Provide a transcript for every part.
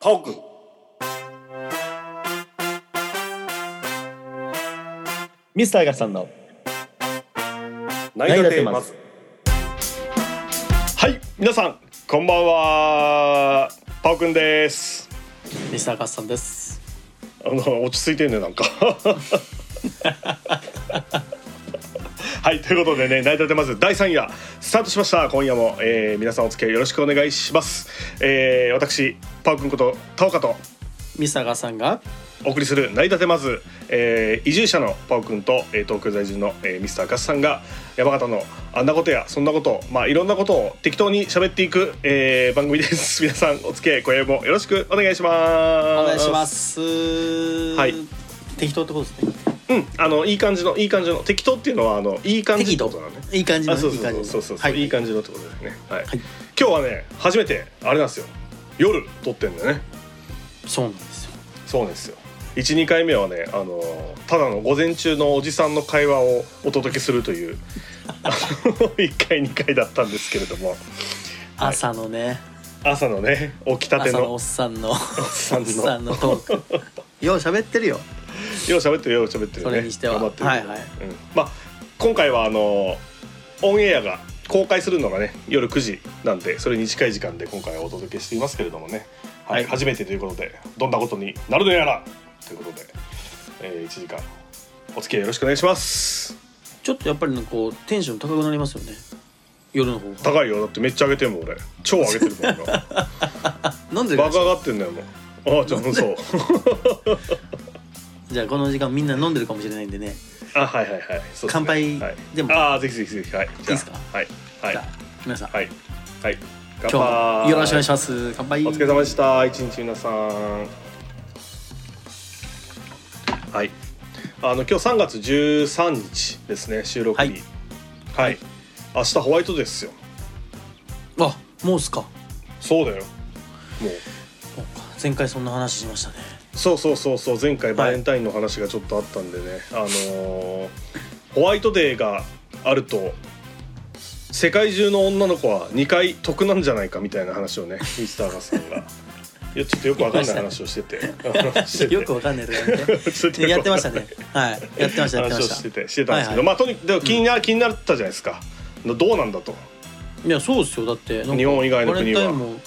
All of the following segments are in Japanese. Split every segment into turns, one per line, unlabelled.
パオくん
ミスターガさんの
何がテーマズ
はい、皆さん、こんばんは。パオくんです。
ミスターガスさんです。
あの、落ち着いてるね、なんか。はい、ということでね、成り立てます第三夜、スタートしました。今夜も、えー皆さんお付き合いよろしくお願いします。えー私、パオくんこと、タオカと。
ミスターガスさんが
お送りする成り立てまず、えー移住者のパオくんと、えー東京在住の、えーミスターガスさんが山形のあんなことやそんなこと、まあ、いろんなことを適当に喋っていく、えー番組です 皆さんお付き合い今夜もよろしくお願いします
お願いします。
はい。
適当ってことですね。
うんあのいい感じのいい感じの適当っていうのはあのいい感じ
適
ってこ
当
となんね。
いい感じの
あ
ね。
そう
いい
そうそ
感
う
じの。
そうそう、、
はい
い
い。
感じのってことですねはい、
はい
今日はね初めてあれなんですよ夜撮ってんだよね
そうなんですよ。
そうなんですよ12回目はね、あのーただの午前中のおじさんの会話をお届けするという1 回2回だったんですけれども
朝のね、
朝のね起きたて
朝のお
の
っさんのおっ
さんの
さんのトー ク。よう喋ってるよ。
よう喋ってるよう喋ってるね
それにしては
頑張ってる、
はいはい
うんまあ今回はあのーオンエアが公開するのがね夜9時なんでそれに近い時間で今回はお届けしていますけれどもね、はい
はい
初めてということでどんなことになるのやらということで、え1時間お付き合いよろしくお願いします。
ちょっとやっぱりなんかこうテンション高くなりますよね。夜の方が。
高いよだってめっちゃ上げてるもん俺超上げてるもん今 バ
なんで
カ上がってんだよもうああちょっと そう
じゃあこの時間みんな飲んでるかもしれないんでね。
あはいはいはいそうですね
乾杯
はい
でも
ああぜひぜひぜひはいいい
ですか
はいはい
じゃあ皆さん、
はいはい乾
今日もよろしくお願いし
ま
ます。乾杯。
お疲れ様でした一日皆さんはいあの今日3月13日ですね収録日はい、明日ホワイトですよ
あ、もうっすか。
そうだよもう
そうか前回そんな話しましたね。
そうそうそうそう前回バレンタインの話がちょっとあったんでね、あのーホワイトデーがあると世界中の女の子は2回得なんじゃないかみたいな話を ねミスターガスさんがいやちょっとよくわかんない話をしててしてて
よくわかんないとか言って。
ちょっと
ね
よ
やっ
く
て
わ
ま
か
し
ん
た
ない
ね。はい、やってました、やってま
話を
した。
しててしてたんですけど、
はい
まあとにかくでも気にな、気になったじゃないですかどうなんだと
いや、そうですよ、だって、
日本以外の国は
バレンタインも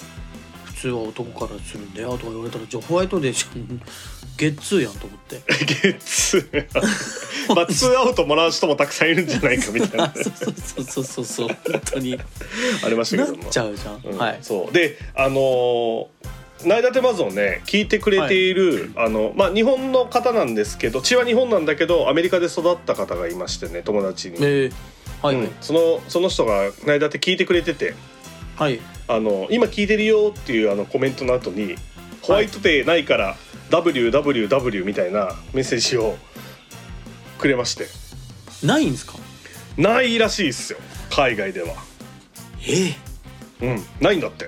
普通は男からするんだよとか言われたら、じゃあホワイトデーじゃん。ゲッツーやんと 思って。
ゲッツーまあツーアウトもらう人もたくさんいるんじゃないかみたいな
そうそうそうそうそう、本当に。
ありました
な
けど
っ
も
ちゃうじゃん。
うん
はい。
そうであのー内立てマズをね聞いてくれている、あのまあ、日本の方なんですけど血は日本なんだけどアメリカで育った方がいましてね友達に、
えー、はい、
うん、そのその人が内立て聞いてくれてて
はい。
あの今聞いてるよっていうあのコメントの後にホワイトデーないから WWW みたいなメッセージをくれまして
ないんですか。
ないらしいですよ海外では
え
うんないんだって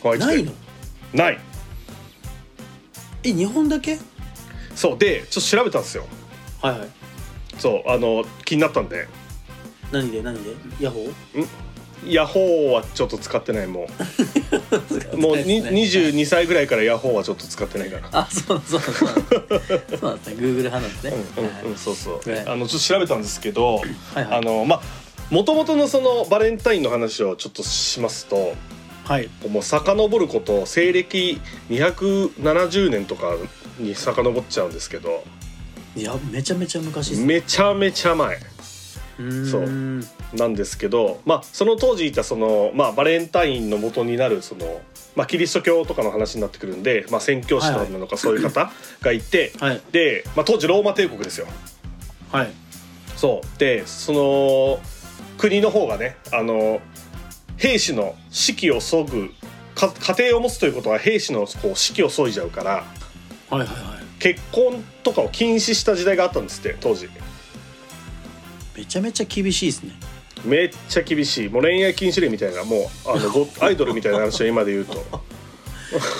ホワ
ー、
イト
な
デー
いの。
ない
え、日本だけ。
そうでちょっと調べたんですよ
はいはい。
そうあの気になったんで
何で、何で、ヤホー。
ヤホーはちょっと使ってないもうもうに22歳ぐらいからヤホーはちょっと使ってないから
あ、そう、そう、そう。そうなんですね。グーグル派なんですね。
うんうんうんそうそう、
ね
あのちょっと調べたんですけど、
はいはい
あのまあもともとのそのバレンタインの話をちょっとしますと
はい。
もう遡ること西暦270年とかに遡っちゃうんですけど
いや、めちゃめちゃ昔っすね。
めちゃめちゃ前
うーん
そうなんですけど、まあ、その当時いたその、まあ、バレンタインの元になるその、まあ、キリスト教とかの話になってくるんで、まあ、宣教師なのかそういう方がいて、
はい。
で、まあ、当時ローマ帝国ですよ。
はい。
そうでその国の方がねあの兵士の士気を削ぐか家庭を持つということは兵士のこう士気を削いじゃうから
はいはいはい
結婚とかを禁止した時代があったんですって当時。
めちゃめちゃ厳しいですね
めっちゃ厳しいもう恋愛禁止令みたいなもうあのごアイドルみたいな話を今で言うと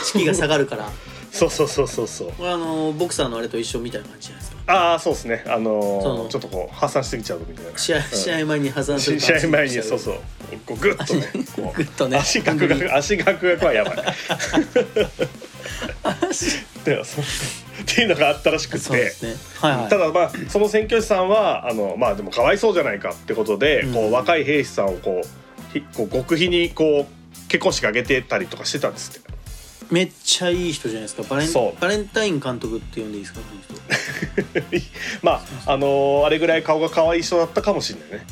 士気が下がるから
そうそうそうそうそう
これあのボクサーのあれと一緒みたいな感じじゃないですか
ああそうですねあのー
その
ちょっとこう破産してきちゃうみたいな
試合,、試合前に破産す る
試合前にそうそうこうグ ッとねこう
グッとね
足角が足角がこれはやばいでそうっていうのがあったらしく
そうで
て。
すねはいはい
ただまあその宣教師さんはあのまあでもかわいそうじゃないかってことで、
うん
こう若い兵士さんをこうひこう極秘にこう結婚式あげてたりとかしてたんですって
めっちゃいい人じゃないですかバレン
そう
バレンタイン監督って呼んでいいですかこの人
まああのーあれぐらい顔が可愛い人だったかもしれないね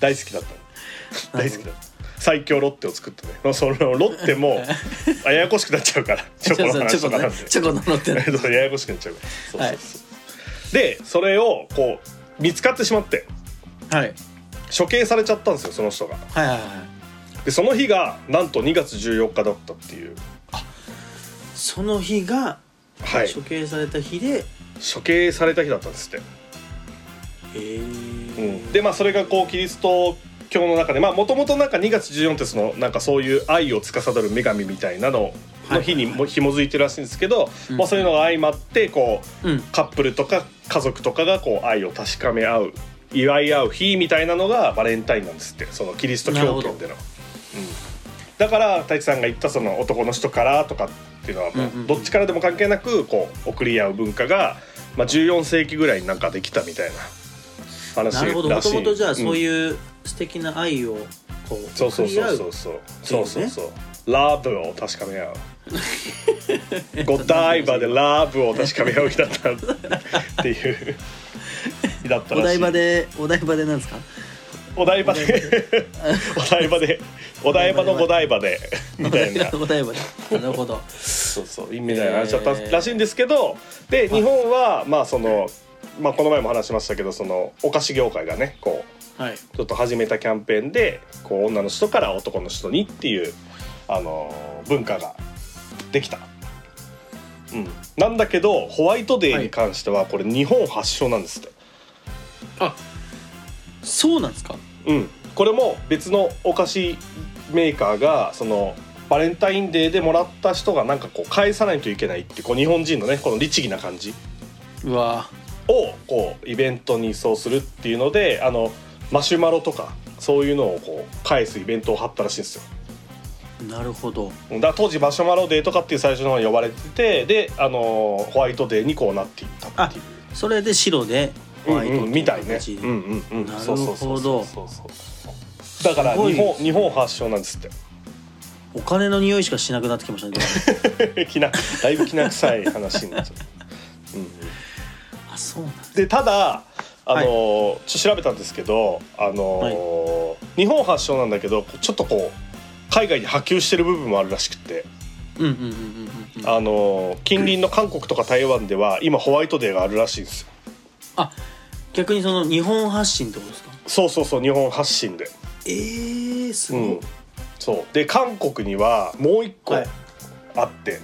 大好きだった大好きだった最強ロッテを作ったねまあそのロッテもあややこしくなっちゃうから チョコの話
チョ
と
コ
かな
ね
んで
チョコの乗ってない
ややこしくなっちゃうからそうそうそう、
はい
でそれをこう見つかってしまって
はい
処刑されちゃったんですよその人が
はいはいはい
でその日がなんと2月14日だったっていう
その日が
はい
処刑された日で
処刑された日だったんですって、
えー
うんでまあそれがこうキリスト教の中でまあもともとなんか2月14ってそのなんかそういう愛を司る女神みたいなのの日にも紐づいてるらしいんですけど、
うん
まあ、そういうのが相まってこう
うん
カップルとか家族とかがこう愛を確かめ合う祝い合う日みたいなのがバレンタインなんですってそのキリスト教圏での、うん、だから太一さんが言ったその男の人からとかっていうのはも
うんうんう
うんどっちからでも関係なくこう送り合う文化が、まあ、14世紀ぐらいになんかできたみたいな話らしい
なるほどもともとじゃあそう
うん
いう素敵な愛をこう
そうそう
送り合
そう
う
そうそう
ていう
そ
ね
うそうそうラブを確かめ 合うゴッダイバでラブを確かめ合う日だったって いう日だったらしい
お台場でお台場でなんですか
お台場でお台場でお台場のお台場でみたいな
お台場でなるほど
そうそうみたいな話だったらしいんですけどで日本はまあそのまあこの前も話しましたけどそのお菓子業界がねこう
はい
ちょっと始めたキャンペーンでこう女の人から男の人にっていう、あのー文化ができた、うん、なんだけどホワイトデーに関してはこれ日本発祥なんですって、
そうなんですか
うん、これも別のお菓子メーカーがそのバレンタインデーでもらった人がなんかこう返さないといけないってこう日本人のねこの律儀な感じ
うわ
をこうイベントにそうするっていうのであのマシュマロとかそういうのをこう返すイベントを張ったらしいんですよ。
なるほど
だから当時マシュマロデーとかっていう最初の方に呼ばれててで、あのーホワイトデーにこうなっていったっていう
それで白でホワイト
うんうんみたいね、
ってう
うん
形
うんうん、
なるほ
そ
ど
うそうそうそうそうそうだから
すごい
日本日本発祥なんですって
お金の匂いしかしなくなってきました ね
きなだいぶきな臭い話になっちゃう、うんうん、
あそうなんです
でただあのーちょっと調べたんですけど、あのー日本発祥なんだけどちょっとこう海外に波及してる部分もあるらしくて、
うんうんうんうんうんうん
あのー近隣の韓国とか台湾では今ホワイトデーがあるらしいんですよ
逆にその日本発信ってことですか
そうそうそう日本発信で、
えー、す
う
ごい、
ん、そうで韓国にはもう一個
はい
あって、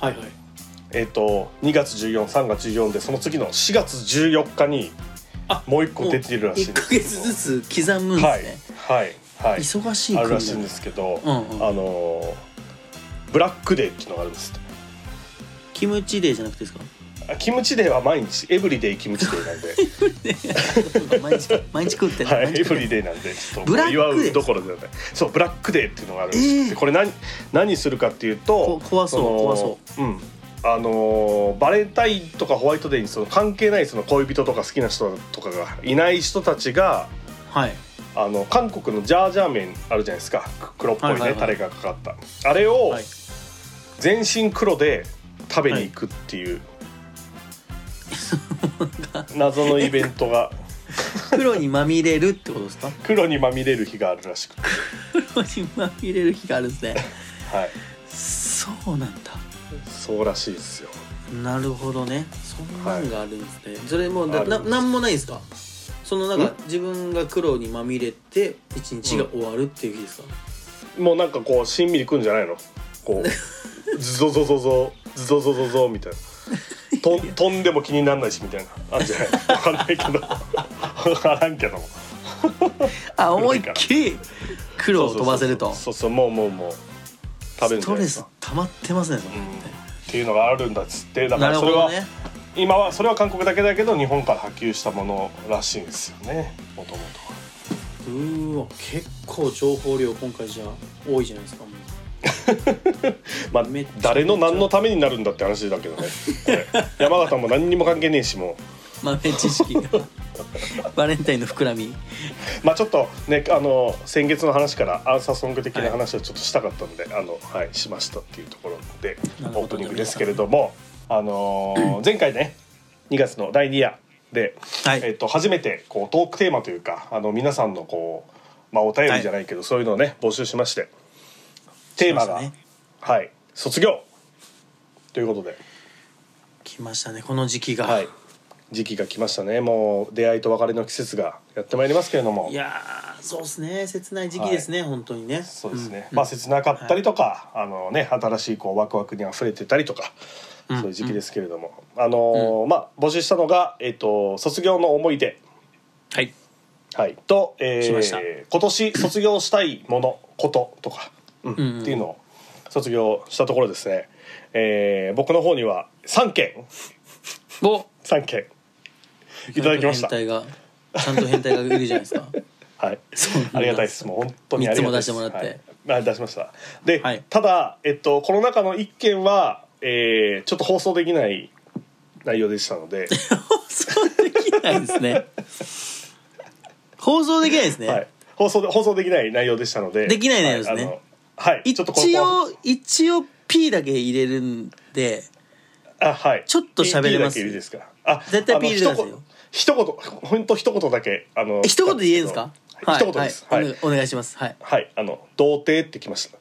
はいはい
えっ、と2月143月14でその次の4月14日に
あ
もう一個出てるらしいん
1
で
ヶ
すけど
月ずつ刻むんですね、
はいはいはい
忙しい
あ
国
る
だ
らしいんですけど、
うんうん
あのーブラックデーっていうのがあるんですって
キムチデーじゃなくて ですか
あキムチデーは毎日エブリデイキムチデーなん で
毎日毎日食ってんだ
は
毎
い
日
エ
食
ブリ
ってんだ
デイなんでちょっと
ブ
も
ラッ
う
ク
祝
デー
うどころじゃないそうブラックデーっていうのがあるんですって、
えー
これ何何するかっていうと
こ怖そう
の、
怖そう
んあのーバレンタインとかホワイトデーにその関係ないその恋人とか好きな人とかがいない人たちが
はい
あの韓国のジャージャー麺あるじゃないですかく黒っぽいね、
はいはいはい
タレがかかったあれを、
はい
全身黒で食べに行くっていう、謎のイベントが
黒にまみれるってことですか
黒にまみれる日があるらしくて、
黒にまみれる日があるんですね
はい、
そうなんだ
そうらしいですよ
なるほどねそんなんがあるんですね、それもう
あ
だ
る
ななんもないんですかそのなんか
ん
自分が黒にまみれて一日が終わるっていう日ですか、
もうなんかこうしんみりくんじゃないのこうズゾゾゾゾズゾゾゾゾみたいなとん飛んでも気にならないしみたいなあんじゃないわかんないけどわからんけども
あ思いっきり黒を飛ばせる
そ
と
うそうそうそうもうもうもう食べるん
ス
じゃ
ト
ない
レ
です
ス
か
溜まってますねそれ
うんっていうのがあるんだっつってだか
な
ら
る
そ
ほ
れ
ど
は、
ね
今はそれは韓国だけだけど日本から波及したものらしいんですよねもともと
うーわ結構情報量今回じゃあ多いじゃないですかもう
まあ
めっちゃ
誰の何のためになるんだって話だけどねこ れ山形も何にも関係ねえしも
豆知識 がバレンタインの膨らみ
うまあちょっとねあの先月の話からアンサーソング的な話をちょっとしたかったので、あのはいしましたっていうところで
なるほど
オープニングですけれどもあのー 前回ね2月の第2夜で、
は
えっ
い
と初めてこうトークテーマというかあの皆さんのこう、まあ、お便りじゃないけど、そういうのをね募集しましてテーマが、
来ましたね
はい卒業ということで、
来ましたねこの時期が、
はい、時期が来ましたねもう出会いと別れの季節がやってまいりますけれども
いやーそうですね切ない時期ですね、本当にね
そうですね、
ん
まあ切なかったりとか、あのね新しいこうワクワクにあふれてたりとか、
うん
そういう時期ですけれども、あのーまあ募集したのが、えっと卒業の思い出
はい
はい、と、えー
しました
今年卒業したいものこととか、うん
うん
っていうのを卒業したところですね、えー僕の方には3件
お
3件いただきました
ちゃんと変態がちゃんと変態がいるじゃないですか
はい
そうなんです
ありがたい ですもう本当にありがたいです
三つも出してもらって
はいあ出しましたで、
はい
ただ、えっと、この中の1件は、えーちょっと放送できない内容でしたの で、
そうできないですね放送できないですね、
はい、放送で放送できない内容でしたので
できない内容ですね
はいあのはい、ちょっとこの
一応一応 P だけ入れるんで
あはい。
ちょっと喋れます
P だけいいですか。あ
絶対 P
あの
入れてくださいよ
一言一言本当一言だけあの
え一言で言えるんですか
はい一言です。はい、
お
はい
願お願いしますはい
あの童貞ってきました。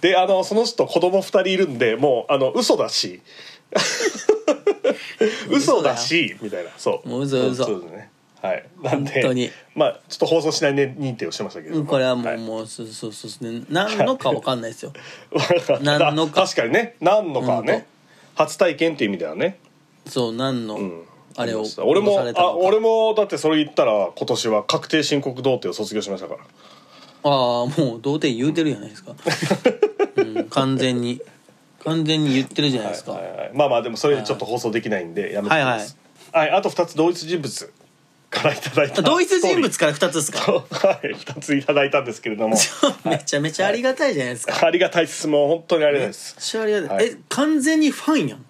であのその人子供二人いるんでもうあの嘘だし嘘だしみたいなそう
もう嘘嘘
そうですねはいなんで
本当に
まあちょっと放送しない、ね、認定をしてましたけど、
うんこれはもう、
い
もうそうそうそうですね何のかわかんないですよ何
何の
の
か
か
確かにね何のかは
本
ね初体験っていう意味ではね
そう何の、
うん
あれを
俺も
殺されたの
あ
か
俺もだってそれ言ったら今年は確定申告童貞を卒業しましたから
ああもう童貞言うてるじゃないで すか、うん、完全に完全に言ってるじゃないですか、
はいはいはいまあまあでもそれちょっと放送できないんでやめてますはい、あと2つ同一人物からいただいた
あ同一人物
ス
から2つですか
トーリーはい2ついただいたんですけれ ども
めちゃめちゃありがたいじゃないですか、
ありがたいですもう本当にありがたいです
めっちゃありがたい、
はい
え完全にファンやん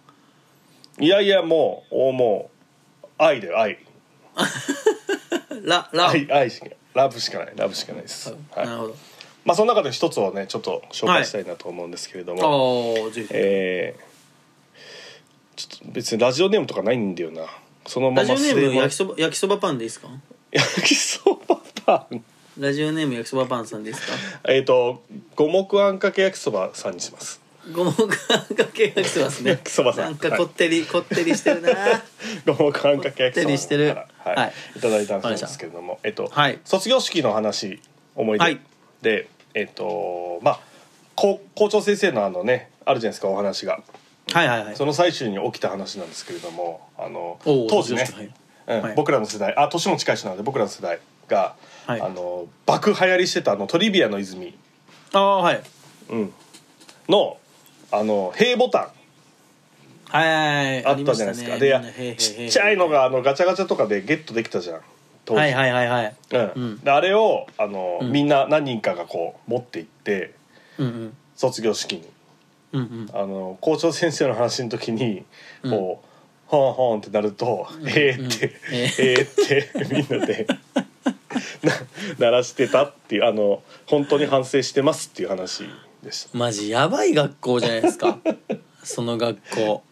いやいやもうおもう愛だよ愛
ララ、
愛愛しかラブしかないラブしかないです、はい
なるほど
まあその中で一つをねちょっと紹介したいなと思うんですけれども、
ああぜひ
えーちょっと別にラジオネームとかないんだよなそのま
ラ
ま
ジオネーム焼き
き
そば焼きそばパンでいいですか
焼きそばパン
ラジオネーム焼きそばパンさんでいいですか
えっ、と五目あんかけ焼きそばさんにし ます
五目あんかけ焼きそばですね
焼きそばさん
なんかこってり、こって りしてるな
五目あんかけ焼きそばさんか
こって
ら
りしてる
はい、
はい
い、ただいたんですけれどもえっ、と、
はい
卒業式の話思い出、
はい
でえっ、とまあ校校長先生のあのねあるじゃないですかお話が
はいはいはい
その最終に起きた話なんですけれどもあの
おー
当時ね
卒業式はい
うん
はい
僕らの世代あ年も近いしなので僕らの世代が、
はい
あの爆流行りしてたあのトリビアの泉、
ああはい
うんのあの平ボタ
はいはいはい
ンあったじゃないですか、でちっちゃいのがあのガチャガチャとかでゲットできたじゃん当時、
はいはいはいはい
うん
うん
であれをあの、
うん
みんな何人かがこう持って行って
うんうん
卒業式に
うんうん
あの校長先生の話の時に
うん
こう、ほん、ホンホンってなると「ええ
うん
って「
え
ええってみんなでな鳴らしてたっていうあの本当に反省してますっていう話でし
マジやばい学校じゃないで すかその学校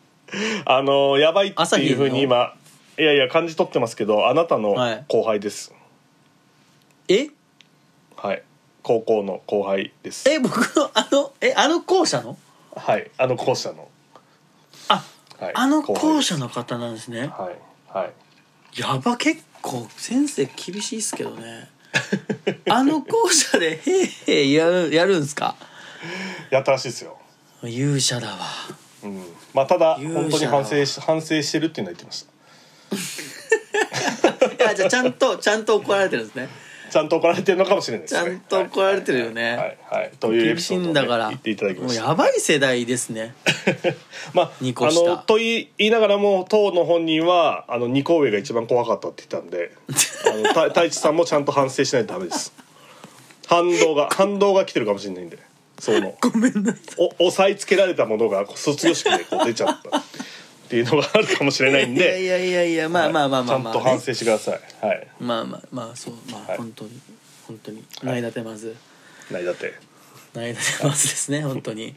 たあのやばいって
朝
い
日
うふう
の
に今いやいや感じ取ってますけどあなたの
はい
後輩です
え
はい、高校の後輩です
え僕のあのえあの校舎の
はいあの校舎の
あ
はい
あの
輩
校
です
舎の方なんですね
はいはい
やば結構先生厳しいっすけど ねあの校舎でへいへいやるやるんすか
やったらしいですよ
勇者だわ
うんまあただ
勇者
本当に反省し反省してるっていうのは言ってました
いやじゃあちゃんとちゃんと怒られてるんですね
ちゃんと怒られてるのかもしれないです、ね。
ちゃんと怒られてるよね
はい、はいはいはいというエ
厳
ピ
し
ソ
い
ード
ん
を
だから
言っていただきました。
もうやばい世代ですね
まあ、あ
二個下
のと言い言いながらも当の本人はあの二個上 が一番怖かったって言ってたんで、あのた太一さんもちゃんと反省しないとダメです。反動が反動が来てるかもしれないんでその
ごめんなさい
お押さえつけられたものがこう卒業式でこう出ちゃったっていうのがあるかもしれないん
いやい
で
やいやいやまあまあまあまあ
ちゃ
ま
んと
あ、ね
反省してくださいはい
まあまあまあそうまあ、
はい
本当に本当にないだてまず
ないだって
ないだてまずですね本当に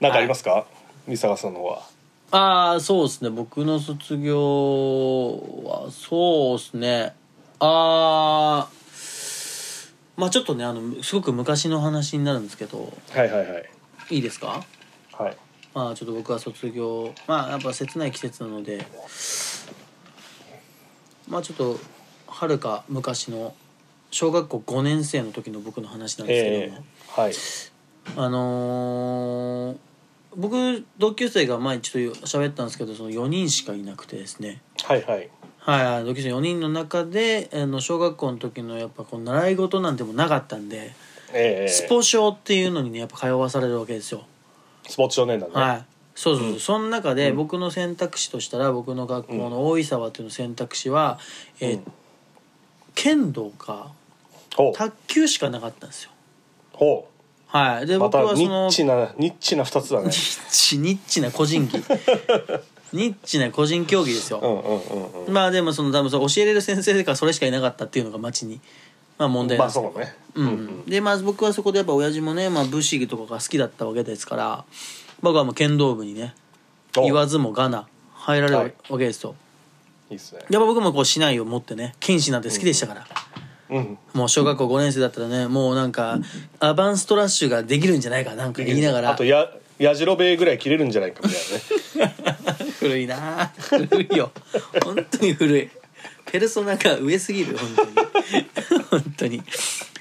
なんかありますか三坂さんの方は
ああそうですね僕の卒業はそうですねああまあちょっとねあのすごく昔の話になるんですけど
はいはいはい
いいですか
はい
まあちょっと僕は卒業まあやっぱ切ない季節なのでまあちょっとはるか昔の小学校5年生の時の僕の話なんですけども、
ええはい
あのー僕同級生が前ちょっと喋ったんですけどその4人しかいなくてですね
はいはい
はい同級生4人の中であの小学校の時のやっぱこう習い事なんてもなかったんで、
ええ
スポ少っていうのにねやっぱ通わされるわけですよ。
スポーツ少年なんで、
はいそうそうそう、その中で僕の選択肢としたら僕の学校の大井沢っていうの選択肢は、えー
うん
剣道か
ほう
卓球しかなかったんですよ。
ほ
はい、で
うま
僕
た
はそ
ニ
の
ッチなニッチな二つだ ね
ニッチ ニッチな個人 技ニッチな個人競技です
う
よ、
んうんうんうん
まあでもその多分その教えれる先生がそれしかいなかったっていうのが町にまあ問題
ま
な
あ
んですよ、
そうね
うんうんでまあ僕はそこでやっぱ親父もね、まあ、武士とかが好きだったわけですから僕はもう剣道部にね
お
言わずもがな入られる
はい
わけですよ、
いいっすね
やっぱ僕もこう市内を持ってね剣士なんて好きでしたから、
うん
もう小学校5年生だったらねもうなんかアバンストラッシュができるんじゃないかなんか言いながら
あとや矢代べぐらい切れるんじゃないかみたいなね
古いなあ古いよ本当に古いペルソナが上すぎる本当に本当に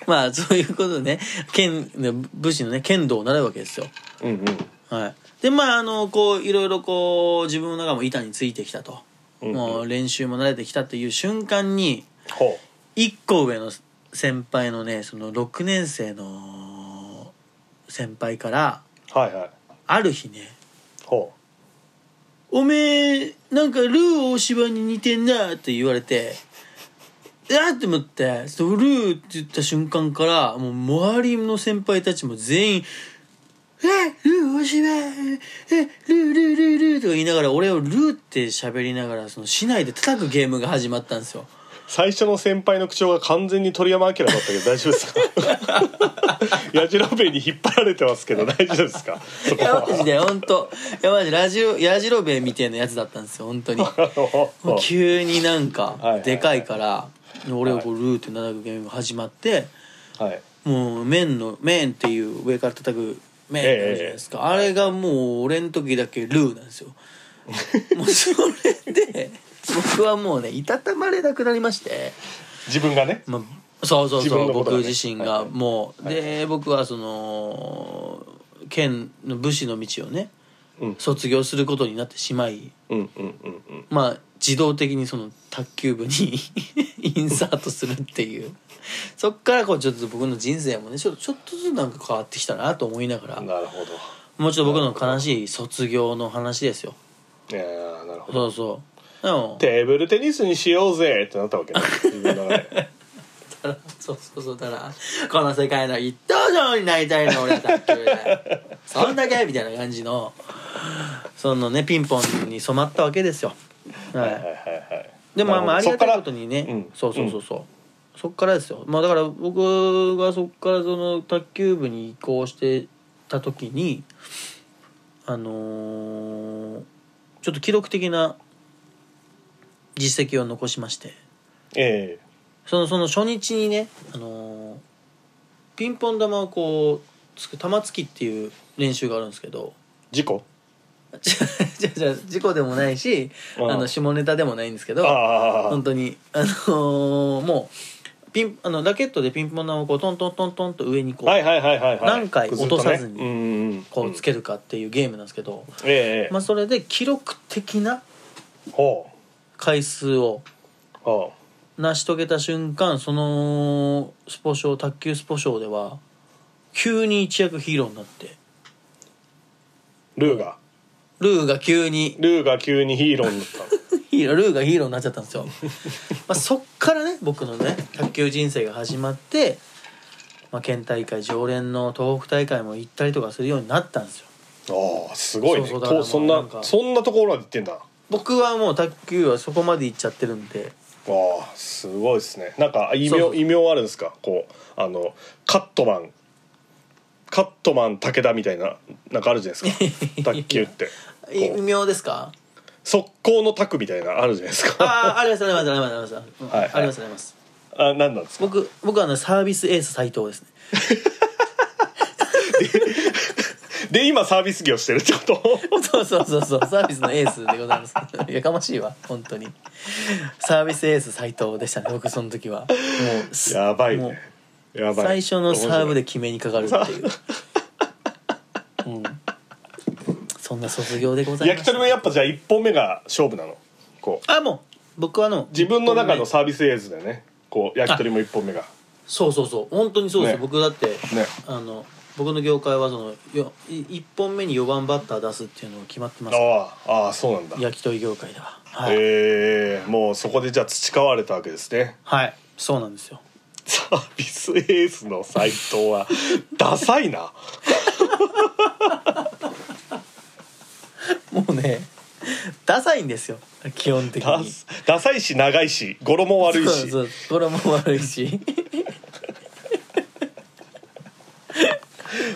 まあそういうことでね剣武士のね剣道を習うわけですよ
うんうん
はいでまああのこういろいろこう自分の中も板についてきたと、
うんうん
もう練習も慣れてきたっていう瞬間に
ほ
一個上の先輩のねその6年生の先輩から
うはいはい
ある日ね
ほ
おめえなんかルー大柴に似てんなって言われてうわーって思ってそうルーって言った瞬間からもう周りの先輩たちも全員「えルー大柴えルールールールー」とか言いながら俺をルーって喋りながらその市内で叩くゲームが始まったんです よ。
う最初の先輩の口調が完全に鳥山明だったけど大丈夫です か矢代べに引っ張られてますけど大丈夫ですかそ
い
こ
やマジ
は
で本当いやマジラジオやじろべえみたいなやつだったんですよ本 当に。もう急になん
いはいは
か
い
でかいから俺をこうルーって叩くゲームが始まって。
はい
もう麺の麺っていう上から叩く麺あるじゃないですか、あれがもう俺の時だけルーなんで すよもうそれで僕はもうねいたたまれなくなりまして、
自分がね
まあ、そうそう
自
そ
分
う、
のこと
僕
がね
自身
はい
が
はい
もう、で僕はその剣の武士の道をね
うん
卒業することになってしまい
うんうんうんうん
まあ自動的にその卓球部に インサートするっていうそっからこうちょっと僕の人生もねちょっとちょっとずつなんか変わってきたなと思いながら
なるほど
もうちょっと僕の悲しい卒業の話ですよ
いやーなるほど
そうそうでも
テーブルテニスにしようぜってなったわけね自分の中で
ただそうそうそうだからこの世界の一等賞になりたいの俺は卓球で そんだけみたいな感じのそのねピンポンに染まったわけですよ
はい
は
はいいはいはい
でもまあまああ
な
り
るほ
が
ど
たいことにねそ
そっから
うそううんそうそう、そっからですよまあだから僕がそっからその卓球部に移行してた時にあのーちょっと記録的な実績を残しまして
え
そのその初日にね、あのーピンポン玉をこうつく玉突きっていう練習があるんですけど
え事故
じゃじゃじゃ事故でもないしあ
うん
の下ネタでもないんですけど
ああ
本当にあのーもうピンあのラケットでピンポン玉をこうトントントントンと上にこう,、
はいはいはいはいはい
何回落とさずに
ずっとねうんうんん
こうつけるかっていうゲームなんですけど、
ええ
まあ、それで記録的な
ほ
回数を
うほ
成し遂げた瞬間そのスポ賞卓球スポ賞では急に一躍ヒーローになって
うルーが
ルーが急に
ルーが急にヒーローになったの
ヒーロールーがヒーローになっちゃったんで すよまあそっからね僕のね卓球人生が始まって、ままあ、県大会常連の東北大会も行ったりとかするようになったんですよ
ああすごいね
そうそうだから
とそん
もうなん
な
か
そんなところまで行ってんだあ
僕はもう卓球はそこまで行っちゃってるんで
あすごいですねなんか異
そうそ
名
う
異名あるんですかこうあのカットマンカットマン武田みたいななんかあるじゃないです か卓球って
い異名で すか
速攻の卓みたいなあるじゃないですか
ああありますありますありますあります、うん
はいはい
ありますあります
あ何なんですか
僕僕はあのサービスエース斉藤で すね
で今サービス業してるって こと
そうそうそうそうサービスのエースでございます いやかましいわ本当にサービスエース斉藤でしたね僕その時はもうす
やばい
もう
ねやばい
最初のサーブで
面
決めにかかるっていう、うん、そんな卒業でご
白
ざ
い
いま
焼き
す
鳥もやっぱじゃあ1本目が勝負なのこう
あもう僕はあの
自分の中の
本当にね
サービスエースだよねこう焼き鳥も1本目が
そうそうそう本当にそうですよ、
ね
僕だって
ね
あの僕の業界はそのよ1本目に4番バッター出すっていうのが決まってます
ああああそうなんだ
焼き鳥業界でははい、
えー、もうそこでじゃあ培われたわけですね
はいそうなんですよ
サービスエースの斎藤 はダサいな
もうね ダサいんですよ基本的
ダ
に
スダサいし長いし語呂も悪いし
そうそうこれも悪 いし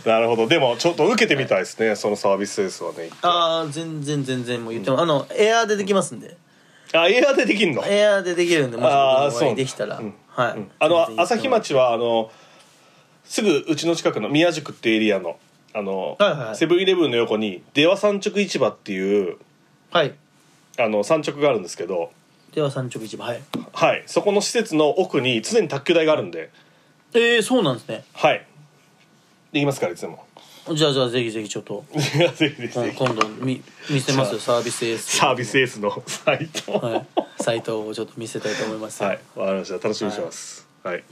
なるほどでもちょっと受けてみたいですねそのサービスエースはね
ああ全然全然もう言っても、あのエアーでできますんで
あエアでできんの
エアーでできるんでもし僕
あー
のお会
そう
いできたら、
うん
はい、
うんあの
全然言っても
朝日町はあのすぐうちの近くの宮宿ってエリアのあの、
はいはいはい
セブンイレブンの横に出羽三直市場っていう
はい
あの産直があるんですけど
では三直市場はい
はいそこの施設の奥に常に卓球台があるんで
えー、そうなんですね
はいできますからいつでも
じゃあじゃあぜひぜひちょっと
いやぜひぜひ
今
ぜひ
今度見見せますよサービスエース
サービスエースのサイトは
はいサイトをちょっと見せたいと思います
い
よ
わ、かりました楽しみにしてますはい、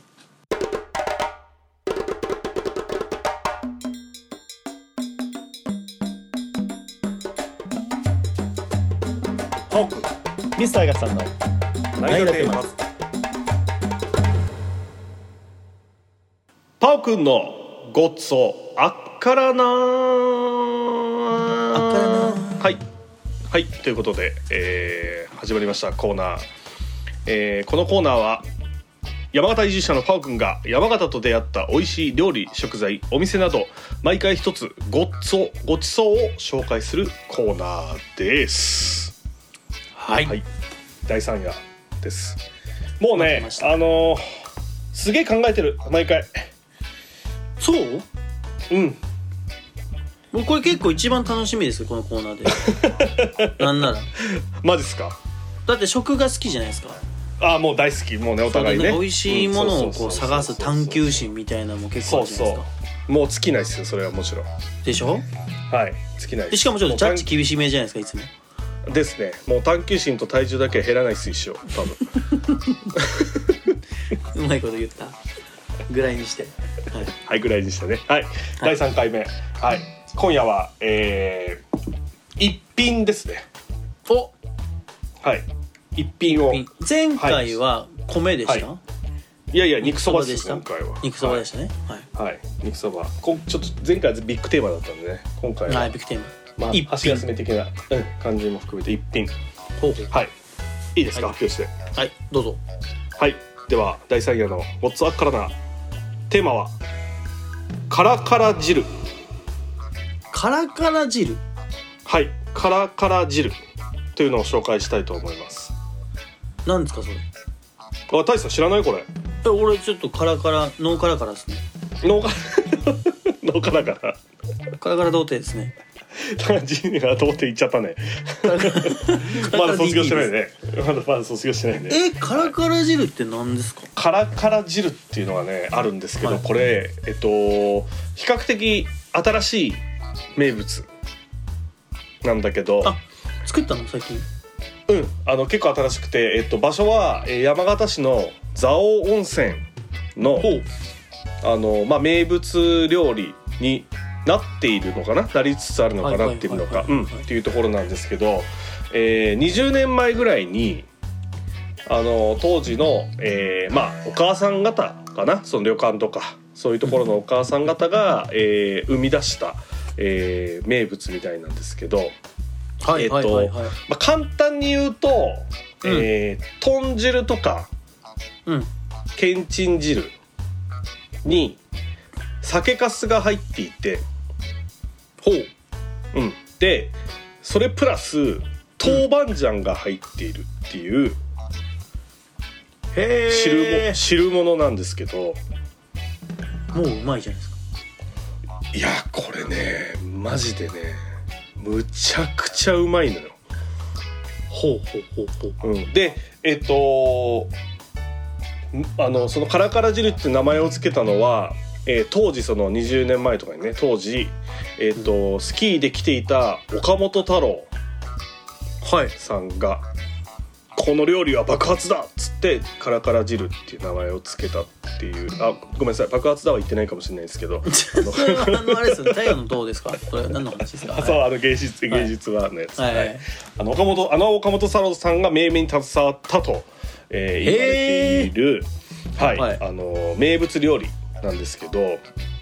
トークミスターガスさんの
何がテーマパオくんのごちそうあっからなあ
っからな
はいはいということで、えー始まりましたコーナー、えーこのコーナーは山形移住者のパオくんが山形と出会った美味しい料理食材お店など毎回一つごっそうごちそうを紹介するコーナーです
はい、
はい、第三夜です。もう
待って
ね
まし、た
あのーすげえ考えてる毎回。
そう
うん。
もうこれ結構一番楽しみですよこのコーナーでなんなら
マジっすか。
だって食が好きじゃないですか
ああもう大好き。もうねお
だから
互いね。
美味しいものをこう探す探求
心。
心みたいなのも結
そう
構あるじゃない
そ
ですか
う。もう尽きないですよそれはもちろん。
でし
は
ょ
い尽きない
で
です。
しかもちょっとジャッジ
も
厳しめじゃないですかいつも
う探ですね。もう探求心と体重だけは減らないです一生多分。
うまいこと言ったぐらいにして、はい、
はいぐらいでしたね。はい、第三回目。はい今夜は、えー、一品ですね。
お
はい一品を。
前回は米でした、
はいいやいや肉そばで
肉
す
そば
今
でした
回は
肉そばでしたねはい、
はい、はい、肉そばこちょっと前回はビッグテーマだったんでね今回は、
はい、ビッグテーマ
まあ
一品
箸休め的な、うん、感じも含めて一品
ほうほう
はいいいですか、
はい
発表して
はいどうぞ
はいでは第3夜の「ごっつあっからな」テーマは「カラカラ汁」
カラカラ汁
はい「カラカラ汁」というのを紹介したいと思います
なんですかそれ
あ大さん知らないこれ
え俺ちょっとカラカラノーカラカラですね
農家農家だから
カラカラ童貞ですね
ジニア童貞行っちゃっ たねまだ卒業してないねまだまだ卒業してないね
えカラカラ汁って何ですか
カラカラ汁っていうのがねあるんですけど、
はい
これえっと比較的新しい名物なんだけど
あ作ったの最近
うんあの結構新しくて、えっと、場所はえー山形市の蔵王温泉の
ほう
あの、まあ、名物料理になっているのかななりつつあるのか
はい
な
はい
っていうのか
はいは
う
い
んっていうところなんですけど、えー20年前ぐらいにあの当時の、えーまあ、お母さん方かなその旅館とかそういうところのお母さん方が、えー生み出した、えー名物みたいなんですけど、
はい
えっと
はいはいはい
まあ、簡単に言うと、
うん
えー豚汁とか
うん
けんちん汁に酒かすが入っていて
ほう
うん、でそれプラス豆板醤が入っているっていう
へ
汁も、
え
汁物なんですけど
もううまいじゃないですか
いやこれねマジでねむちゃくちゃうまいのよ。
ほうほうほうほう
うん、でえっとんあのその「カラカラ汁」って名前を付けたのは、えー当時その20年前とかにね当時、えっとスキーで来ていた岡本太郎
はい
さんが「この料理は爆発だ!」っつって「カラカラ汁」っていう名前を付けたっていうあごめんなさい爆発だは言ってないかもしれないです けどあの
それはあのあれですよ太陽の塔ですかこれは何の話です か
そう
は
あの芸術芸術はね、
い、はい
あの岡本あの岡本太郎さんが命名に携わったと、えー言われている、はい
はい
あの名物料理なんですけど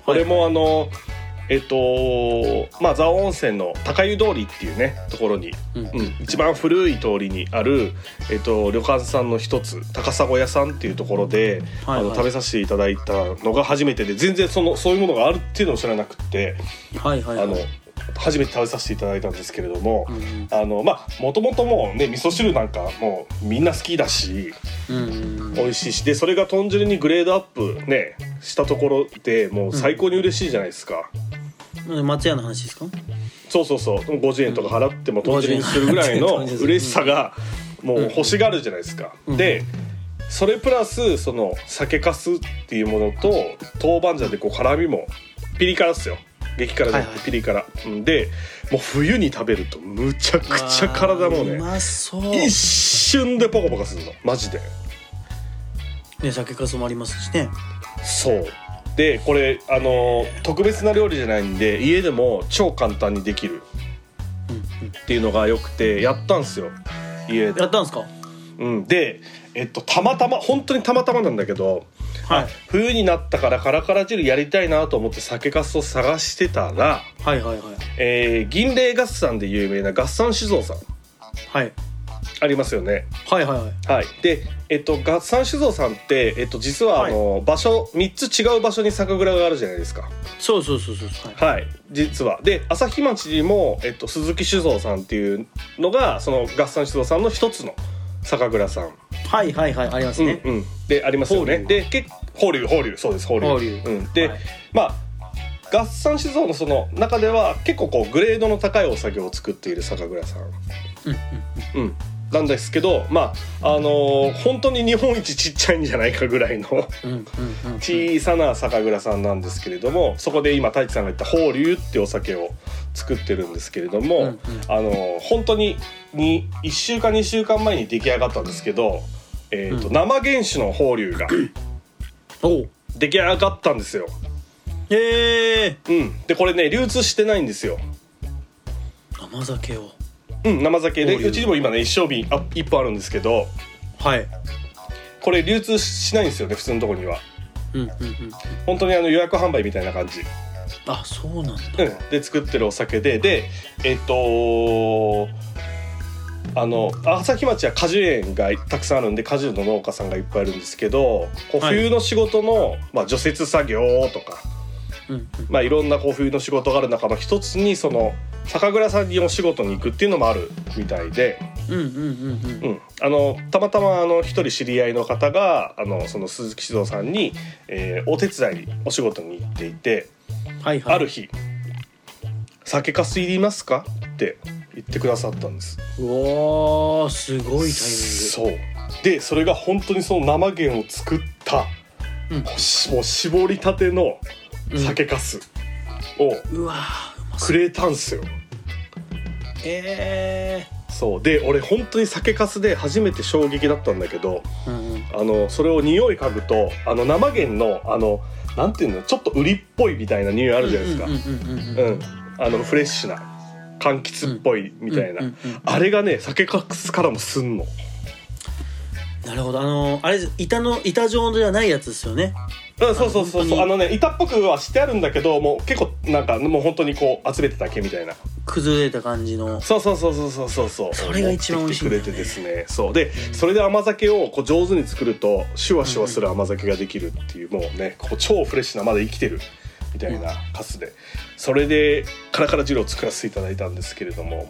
これもあのえっとまあ蔵王温泉の高湯通りっていうねところに、
うん
うん一番古い通りにある、えっと、旅館さんの一つ高砂屋さんっていうところで、
はい
あ
は
の
い
食べさせていただいたのが初めてで全然そのそういうものがあるっていうのを知らなくて、
はいはい
あの初めて食べさせていただいたんですけれども。
うん
あのまあもともともうね味噌汁なんかもうみんな好きだし
うんうんうん
美味しいしでそれが豚汁にグレードアップねしたところでもう最高に嬉しいじゃないですか、
うん松屋の話ですか
そうそうそう50円とか払っても豚汁にするぐらいの
うん
嬉しさがもう欲しがるじゃないですか、
うん
でそれプラスその酒かすっていうものと豆板醤でこう辛みもピリ辛っすよ激辛じゃなくてピリ辛、うんでもう冬に食べるとむちゃくちゃ体も
うわー
ね
うまそう
一瞬でポカポカするのマジで
ね酒粕もありますしね
そうでこれあの特別な料理じゃないんで家でも超簡単にできる
うんうん
っていうのが良くてやったんすよ家で
や、ったんですか
うん、でえっとたまたま本当にたまたまなんだけど、
はい
冬になったからカラカラ汁やりたいなと思って酒粕を探してたら、
はいはいはい
えー銀霊合算で有名な合算酒造さん
はい
ありますよね
はいはいはい
はい、で、えっと、合算酒造さんって、えっと、実はあの、場所3つ違う場所に酒蔵があるじゃないですか
そうそうそうそうは
は
い
い実はで朝日町にも、えっと、鈴木酒造さんっていうのがその合算酒造さんの一つの酒蔵さん、
はいはいはいありますね
うんうん、でありますよね
法隆
で結法隆法隆そうです法
法
隆
隆
うん、で、
はい
まあ合算酒造のその中では結構こうグレードの高いお酒を作っている酒蔵さん
うんうん
うん、なんですけどまああのー本当に日本一ちっちゃいんじゃないかぐらいの
うんうんうんうん
小さな酒蔵さんなんですけれどもそこで今太一さんが言った法隆ってお酒を作ってるんですけれども、
うんうん
あのー本当にに1週間2週間前に出来上がったんですけど、えーと
うん
生原酒の法隆 が
おう
出来上がったんですよ。
へえ
うん、でこれね流通してないんですよ。
甘酒を
うん、生酒で
法隆
うちにも今ね一升瓶あ一本あるんですけど
はい
これ流通しないんですよね普通のとこには。
うんうんうん
本当にあの予約販売みたいな感じ、
あそうなんだ
うん、で作ってるお酒ででえっとあの朝日町は果樹園がたくさんあるんで果樹の農家さんがいっぱいいるんですけどこう
はい
冬の仕事の、まあ、除雪作業とか、
うんうん
まあ、いろんなこう冬の仕事がある中の一つにその酒蔵さんにお仕事に行くっていうのもあるみたいで、
うんうんうんうん
うん、あのたまたまあの一人知り合いの方があのその鈴木静雄さんに、えーお手伝いにお仕事に行っていて。
はいはい
ある日「酒かすいりますか?」って言ってくださったんです
うわーすごいタイ
そうでそれが本当にその生源を作った、
うん
もうしもう絞りたての
ミングうん
酒かすを
うわーうまそう
くれたんすよ、
え
そうで俺本当に酒かすで初めて衝撃だったんだけど
ーうんうん
あのそれを匂い嗅ぐとあの生源のあのなんていうのちょっと売りっぽいみたいな匂いあるじゃないですか、
うんうんうんうん
うん、あのフレッシュな柑橘っぽいみたいな、
うんうんうん
あれがね酒かすからもすんの
なるほどあのあれ板の板状のじゃないやつですよね
うん、そうそうそう
あ
そ
の本当
う
に
あのね板っぽくはしてあるんだけどもう結構なんかもう本当にこう集めてたけみたいな
崩れた感じの
そうそうそうそうそうそうそう
それが一番美味しいん
持
だよ
っ
ね
てきてくれてですねそうでそれで甘酒をこう上手に作るとシュワシュワする甘酒ができるっていうもうねこう超フレッシュなまだ生きてるみたいなカスでそれでカラカラ汁を作らせていただいたんですけれどももう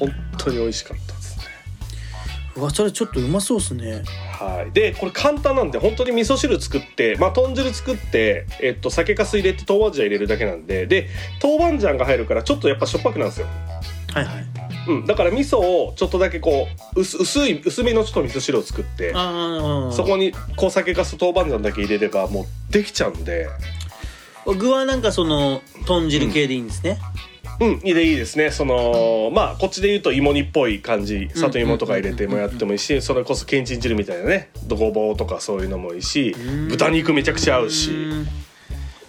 本当に美味しかったですね
うわそれちょっとうまそうっすね
はい、でこれ簡単なんで本当に味噌汁作って、まあ、豚汁作って、えっと、酒粕入れて豆板醤入れるだけなんでで豆板醤が入るからちょっとやっぱしょっぱくなるんですよ、
はいはい
うん、だから味噌をちょっとだけこう薄薄い薄めのちょっと味噌汁を作って
ああ
そこにこう酒粕と豆板醤だけ入れればもうできちゃうんで
具はなんかその豚汁系でいいんですね、
うんいいでいいですねそのまあこっちで言うと芋煮っぽい感じ里芋とか入れてもやってもいいしそれこそけんちん汁みたいなねごぼうとかそういうのもいいし
うん
豚肉めちゃくちゃ合うし。
ん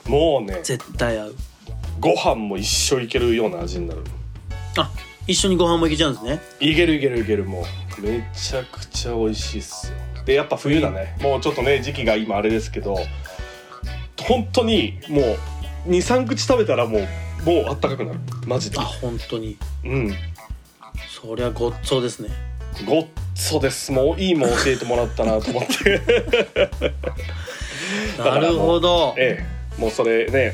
もうね
絶対合う
ご飯も一生いけるような味になる
あ一緒にご飯もいけちゃうんですね
いけるいけるいけるもうめちゃくちゃ美味しいっすよでやっぱ冬だねもうちょっとね時期が今あれですけど本当にもう23口食べたらもうもうあったかくなるマジで
あ本当に
うん
そりゃごっつおですね
ごっそですもういいもん教えてもらったなと思って
な
ら
るほど
ええもうそれね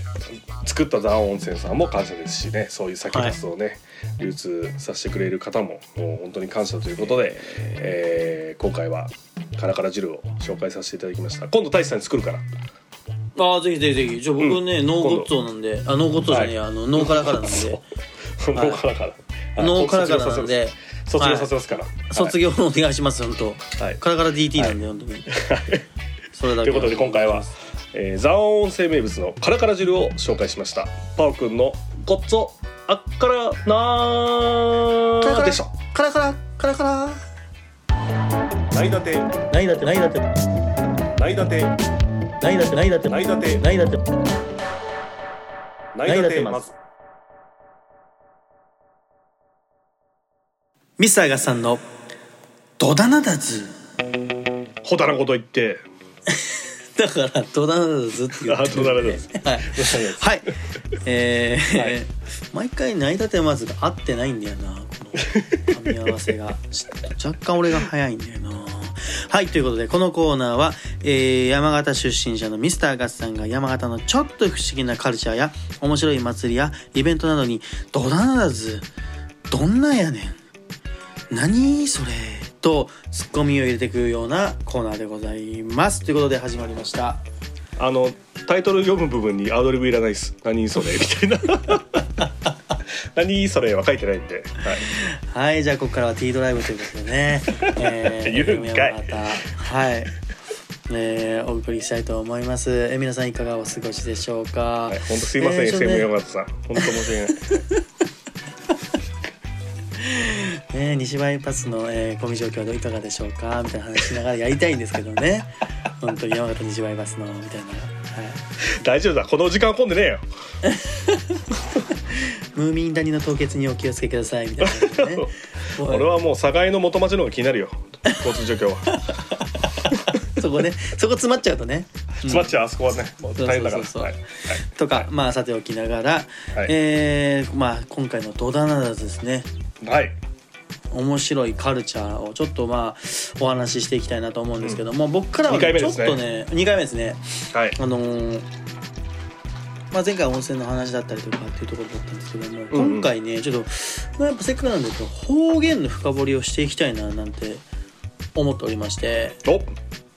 作った蔵王温泉さんも感謝ですしねそういう酒粕をね、流通させてくれる方ももう本当に感謝ということで、えー今回はカラカラ汁を紹介させていただきました今度大志さん作るから
あーぜひぜひぜひじゃあ僕ね、
うん
ノーゴッツオなんであノーゴッツオじゃねえ、
は
あのノーカラカラな ん
そう
で
ノーカラカラはい
ノーカラカラなんで
卒業させますから、
卒業お願いします本当
はい
カラカラ DT なんで、本当にそれだ
とい
け
うことで今回は、えー、蔵王温泉名物のカラカラ汁を紹介しましたパオくんのごっつおあっからなーでした
カラカラカラカラ
ないだて
ないだってないだって
ないだて
ないだってないだって
ないだて
ないだって
ないだてます
ミスターガスさんのドダナダズ
ほたらこと言って
だからドダナダズって言ってるん
あドダナダズ
はいはいえー
はい
毎回ないだてまずが合ってないんだよなこの噛み合わせが ちょ若干俺が早いんだよなはいということでこのコーナーは、えー山形出身者のミスターガスさんが山形のちょっと不思議なカルチャーや面白い祭りやイベントなどにドダナダズどんなんやねん何それとツッコミを入れてくるようなコーナーでございますということで始まりました
あのタイトル読む部分にアドリブいらないです何それみたいな何それは書いてないんで、はい、
はいじゃあここからは T ドライブということ でね、え
言うんかい
またはい、えー、お送りしたいと思いますえー皆さんいかがお過ごしでしょうか、
はい、本当すいません、
えーちょっと
FM
ね
山形さん本当申し訳ない
ね、西バイパスの、えー、混み状況どういかがでしょうかみたいな話しながらやりたいんですけど ね本当に山形西バイパスのみたいな、はい、
大丈夫だこの時間混んでねえよ
ムーミン谷の凍結にお気をつけくださいみたいな ね
俺はもう境の元町の方が気になるよ交通状況は
そこねそこ詰まっちゃうとね
詰まっちゃうあそこはねもう大変だから
そうそうそうそう
はい
とか、まあさておきながら、
はい
えーまあ今回の「ドダナダズ」ですね
はい、はい
面白いカルチャーをちょっとまあお話ししていきたいなと思うんですけども、僕からは、
二回目
ち
で
ょっ
すね
とね2回目ですね
はい
あのーまあ、前回温泉の話だったりとかっていうところだったんですけども、
うんうん
今回ねちょっと、まあ、やっぱせっかくなんですけど方言の深掘りをしていきたいななんて思っておりまして
お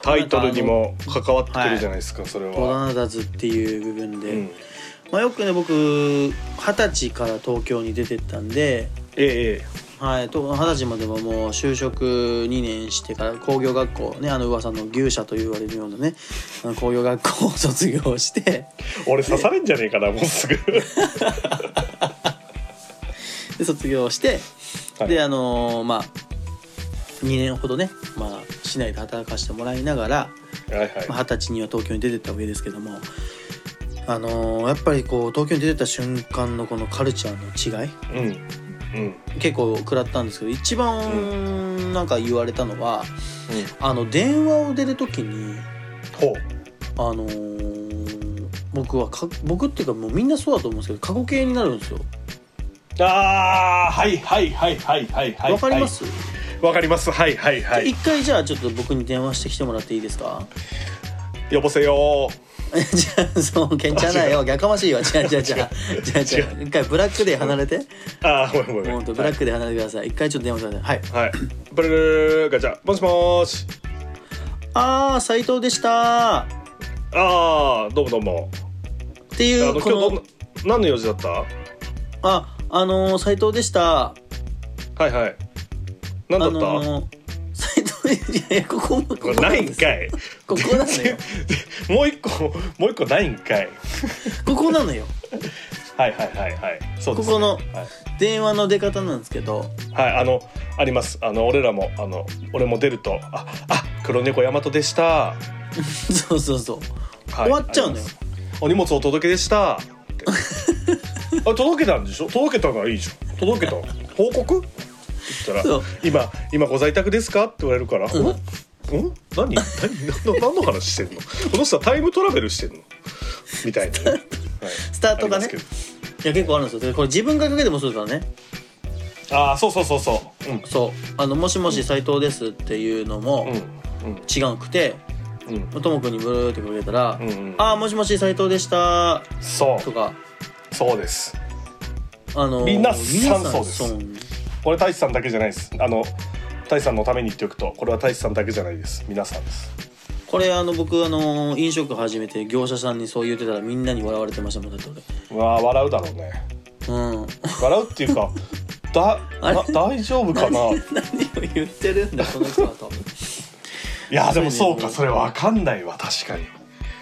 タイトルにも関わってるじゃないですか、それ
「ド
は、
ダナダズ」っていう部分で、
うん、
まあ、よくね僕二十歳から東京に出てったんで
ええ
はい、と二十歳まではもう就職2年してから工業学校ねあの噂の牛舎と言われるようなねあの工業学校を卒業して
俺刺されんじゃねえかなもうすぐ
で卒業して、
はい
であのーまあ2年ほどね、まあ、市内で働かせてもらいながら
はいはい
まあ二十、歳には東京に出てったわけですけども、あのーやっぱりこう東京に出てった瞬間のこのカルチャーの違い
うんうん
結構食らったんですけど一番なんか言われたのは、
うん
あの電話を出る時に。
ほう
あのー僕はか僕っていうかもうみんなそうだと思うんですけど過去形になるんですよ
ああはいはいはいはいはいはい
わかります、
わかりますはいはいはい
一回じゃあちょっと僕に電話してきてもらっていいですか
よぼせよ
じゃあそうケンちゃんだよやかま しいわ違う違う違う違う違う一回ブラックで離れて
あーごめんごめん
本当ブラックで離れてください一回ちょっと電話くださいは
は
い
いブルルルガチャもしもーし
ああ斉藤でしたっ
ああどうもどうも
て
あ
い
の
う
今日
こ
どん
の
な何の用事だったは
ああのー、斉藤でした
いはい何だ
あ
った、
のー、斉藤いやいやここも
こ
ここ
れないんかい
ここなのよ
もう一個もう一個ないんかい
ここなのよ
はいはいはいはいそうです、ね、
ここの
はい
電話の出方なんですけど
はい、あの、あります。あの、俺らも、あの、俺も出ると、あ、あ、黒猫大和でした。はい
そうそうそう終わっちゃうのよ
ありますお荷物お届けでした。っ てあ、届けたんでしょ届けたからいいじゃん。届けた。報告。って言った
そ
ら
う、
今、今ご在宅ですかって言われるから。
ん
うんん何何何何の話してんのこの人はタイムトラベルしてんのみたいなね、はい、
スタートがね
あります
いや結構あるんですよでこれ自分がかけてもそうですからね
けどあーそうそうそうそううん
そうあのもしもし斉藤ですっていうのも
うん
違うくて
うん
ともくんにブルーってかけたら
うんうんうん
「ああもしもし斉藤でした
そ」
とか
うそうです
あのー
みんな
皆
さんそうです
う
これ太一さんだけじゃないですあの太一さんのために言っておくとこれは太一さんだけじゃないです皆さんです
これあの僕あのー飲食始めて業者さんにそう言ってたらみんなに笑われてましたもんだって
うわー笑うだろうね
俺うん
笑うっていうか だ
あれ
だ大丈夫かな
何を言ってるんだこの人はと
いやでもそう
そ
か
ういうのね
それわかんないわ確かに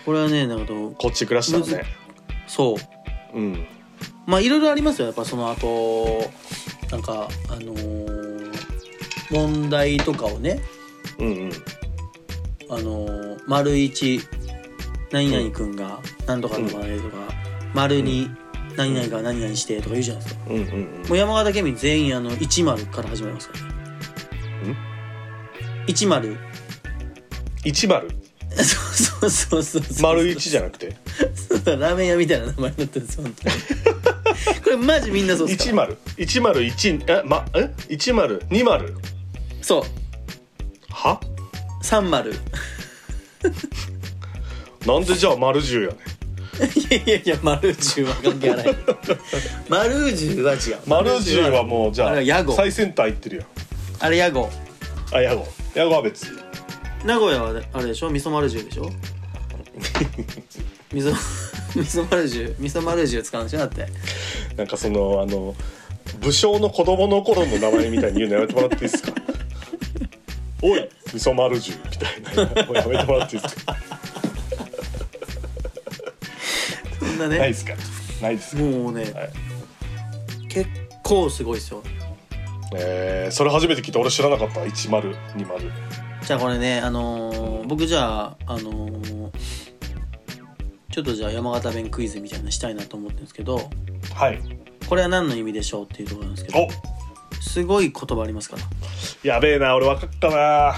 これはねなんかと
こっち暮らしたらね
そう
うん
まあいろいろありますよやっぱその後なんかあのー問題とかをね
うんうん
あのー丸一何々くんが何とかとかねとか、丸二何々が何々してとか言うじゃないですか、
うんうんうん
もう山形県民全員あの一丸から始まりますからね
ん
一丸
一丸
そうそうそうそう
丸一じゃ
ん
なくて
そうだ ラーメン屋みたいな名前になってるんです本当 にこれマジみんなそうっす
一
から
丸一丸一えまえ一丸二丸
そう
は
三丸い
なんでじゃあ丸十やねん
やいやいや丸十は関係ない 丸十は違う
丸十はもうじゃ
あ
あ
れ屋号
最先端行ってるやん
あれ屋号
あヤゴヤゴは別
名古屋はあれでしょ味噌丸十でし ょ味噌味噌丸十味噌丸十使うんでしょだって
なんかそのあの武将の子供の頃の名前みたいに言うのやめてもらっていいですか おい味噌丸十みたいなもうやめてもらっていいですか
そんな
ないで
ね
すかないですか
もうね、
はい
結構すごいですよ
えー、それ初めて聞いた俺知らなかった1丸2丸
じゃあこれねあのー僕じゃああのーちょっとじゃあ山形弁クイズみたいなのしたいなと思ってるんですけど
はい
これは何の意味でしょうっていうところなんですけど
お
すごい言葉ありますから
やべえな俺分かったな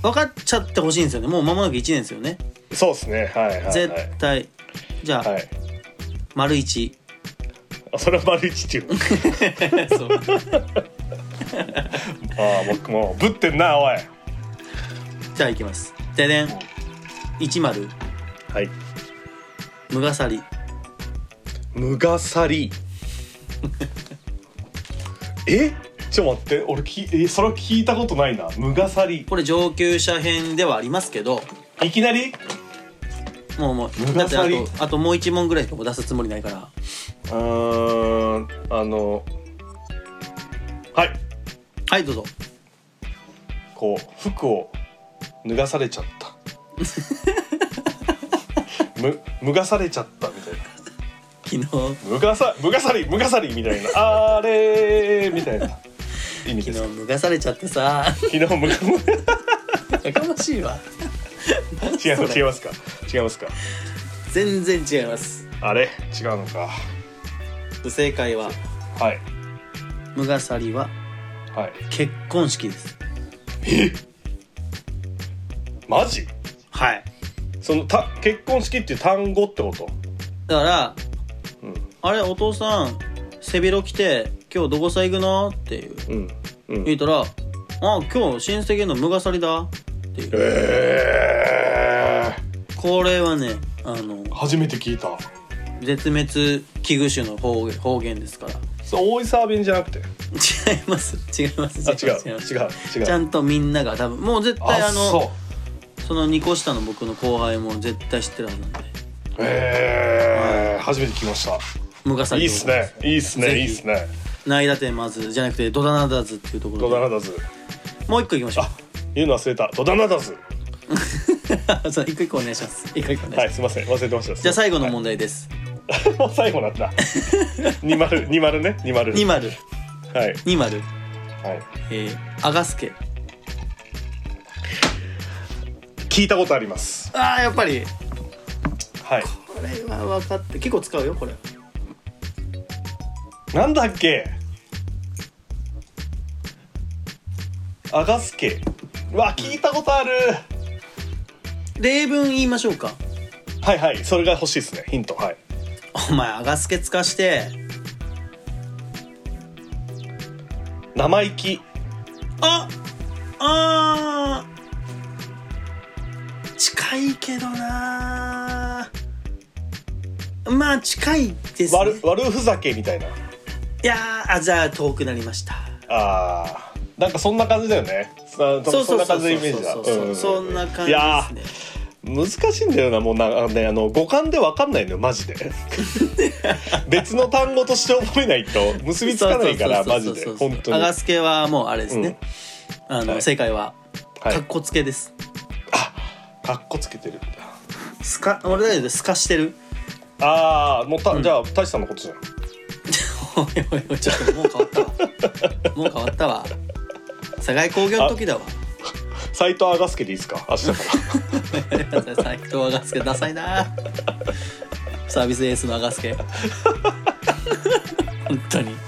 分かっちゃってほしいんですよねもう間もなく1年ですよね、
そうですねはいはい、はい、
絶対じゃあ、
はい
丸一
あそれは丸一って いうのああ僕もうぶってんなおい
じゃあいきますででん一丸
はい
むがさり
むがさり えちょっと待って俺きえそれは聞いたことないなむがさり
これ上級者編ではありますけど
いきなり
もうもう
むが
だってあ
さり
とあともう一問ぐらいしかもう出すつもりないから
うーんあのはい
はいどうぞ
こう服を脱がされちゃった む脱がされちゃったみたいな
昨日
脱がさ脱がさり脱がさりみたいなあれーみたいな意味で
昨
す
日むがされちゃってさ
昨日むが
やかましいわ
違う
それ
違いますか違いますか
全然違います
あれ違うのか
正解は
はい
むがさりは
はい
結婚式です
マジ
はい
そのた結婚式っていう単語ってこと
だから
うん
「あれお父さん背広着て今日どこさ行くの?」っていう
うんうん
言ったら「あ今日親戚のムガサリだ」っていう
え
これはねあの
ー、初めて聞いた
絶滅危惧種の方言方言ですから
そう大井沢弁じゃなくて
違います違います
あ違う
違います
違う違う
ちゃんとみんなが多分もう絶対
あ
あの
そ
その2個下の僕の後輩も絶対知ってるはずなんで
うえー、初めて聞きました
ムガサリ
いいっすねいいっす
ぜ
ね
ひ
いいっすね
ナイダテマズじゃなくてドダナダズっていうところ
ドダナ
で
ダズ
もう一個いきましょ
あ言うの忘れたドダナダズ
う そう一個一個お願いします一個一個お願いします、
はいすいません忘れてました
じゃあ最後の
も
問題です、
うもう最後なん だ二丸二丸ね二丸
二丸
はい
二丸
はい
えー、アガスケ
聞いたことあります
あーやっぱり
はい
これは分かって結構使うよこれ
なんだっけアガスケうわ聞いたことある
例文言いましょうか
はいはいそれが欲しいですねヒントはい
お前アガスケつかして
生意気
ああー近いけどなーまあ近いですね
悪悪ふざけみたいない
やーあじゃあ遠くなりました
あーなんかそんな感じだよねそ
そ
そ
うそ
ん
う
な
そ
感
う
じ
そう
のイメージだ
そうそう
うう
そんな感
い
じ
やー
です
難しいんだよなもうなあのねあの五感でわかんないのよマジで 別の単語として覚えないと結
ね
びつかないから
そ
マ
うそ
ジで
うそうそう
本当
ア
に
ガスケはもうあれですね、あの、
はい
正解は
はい
かっこつけです、
かっこつけてるんだ
すか俺だけどすかしてる
ああもうた、じゃあ大志さんのことじゃん
おいおいおいちょっともう変 わったわもう変わったわ佐賀井工業の時だ わ
斎藤アガスケでいいですか明日から
斉藤和賀助ダサいなサービスエースの和 賀助本当に
いいね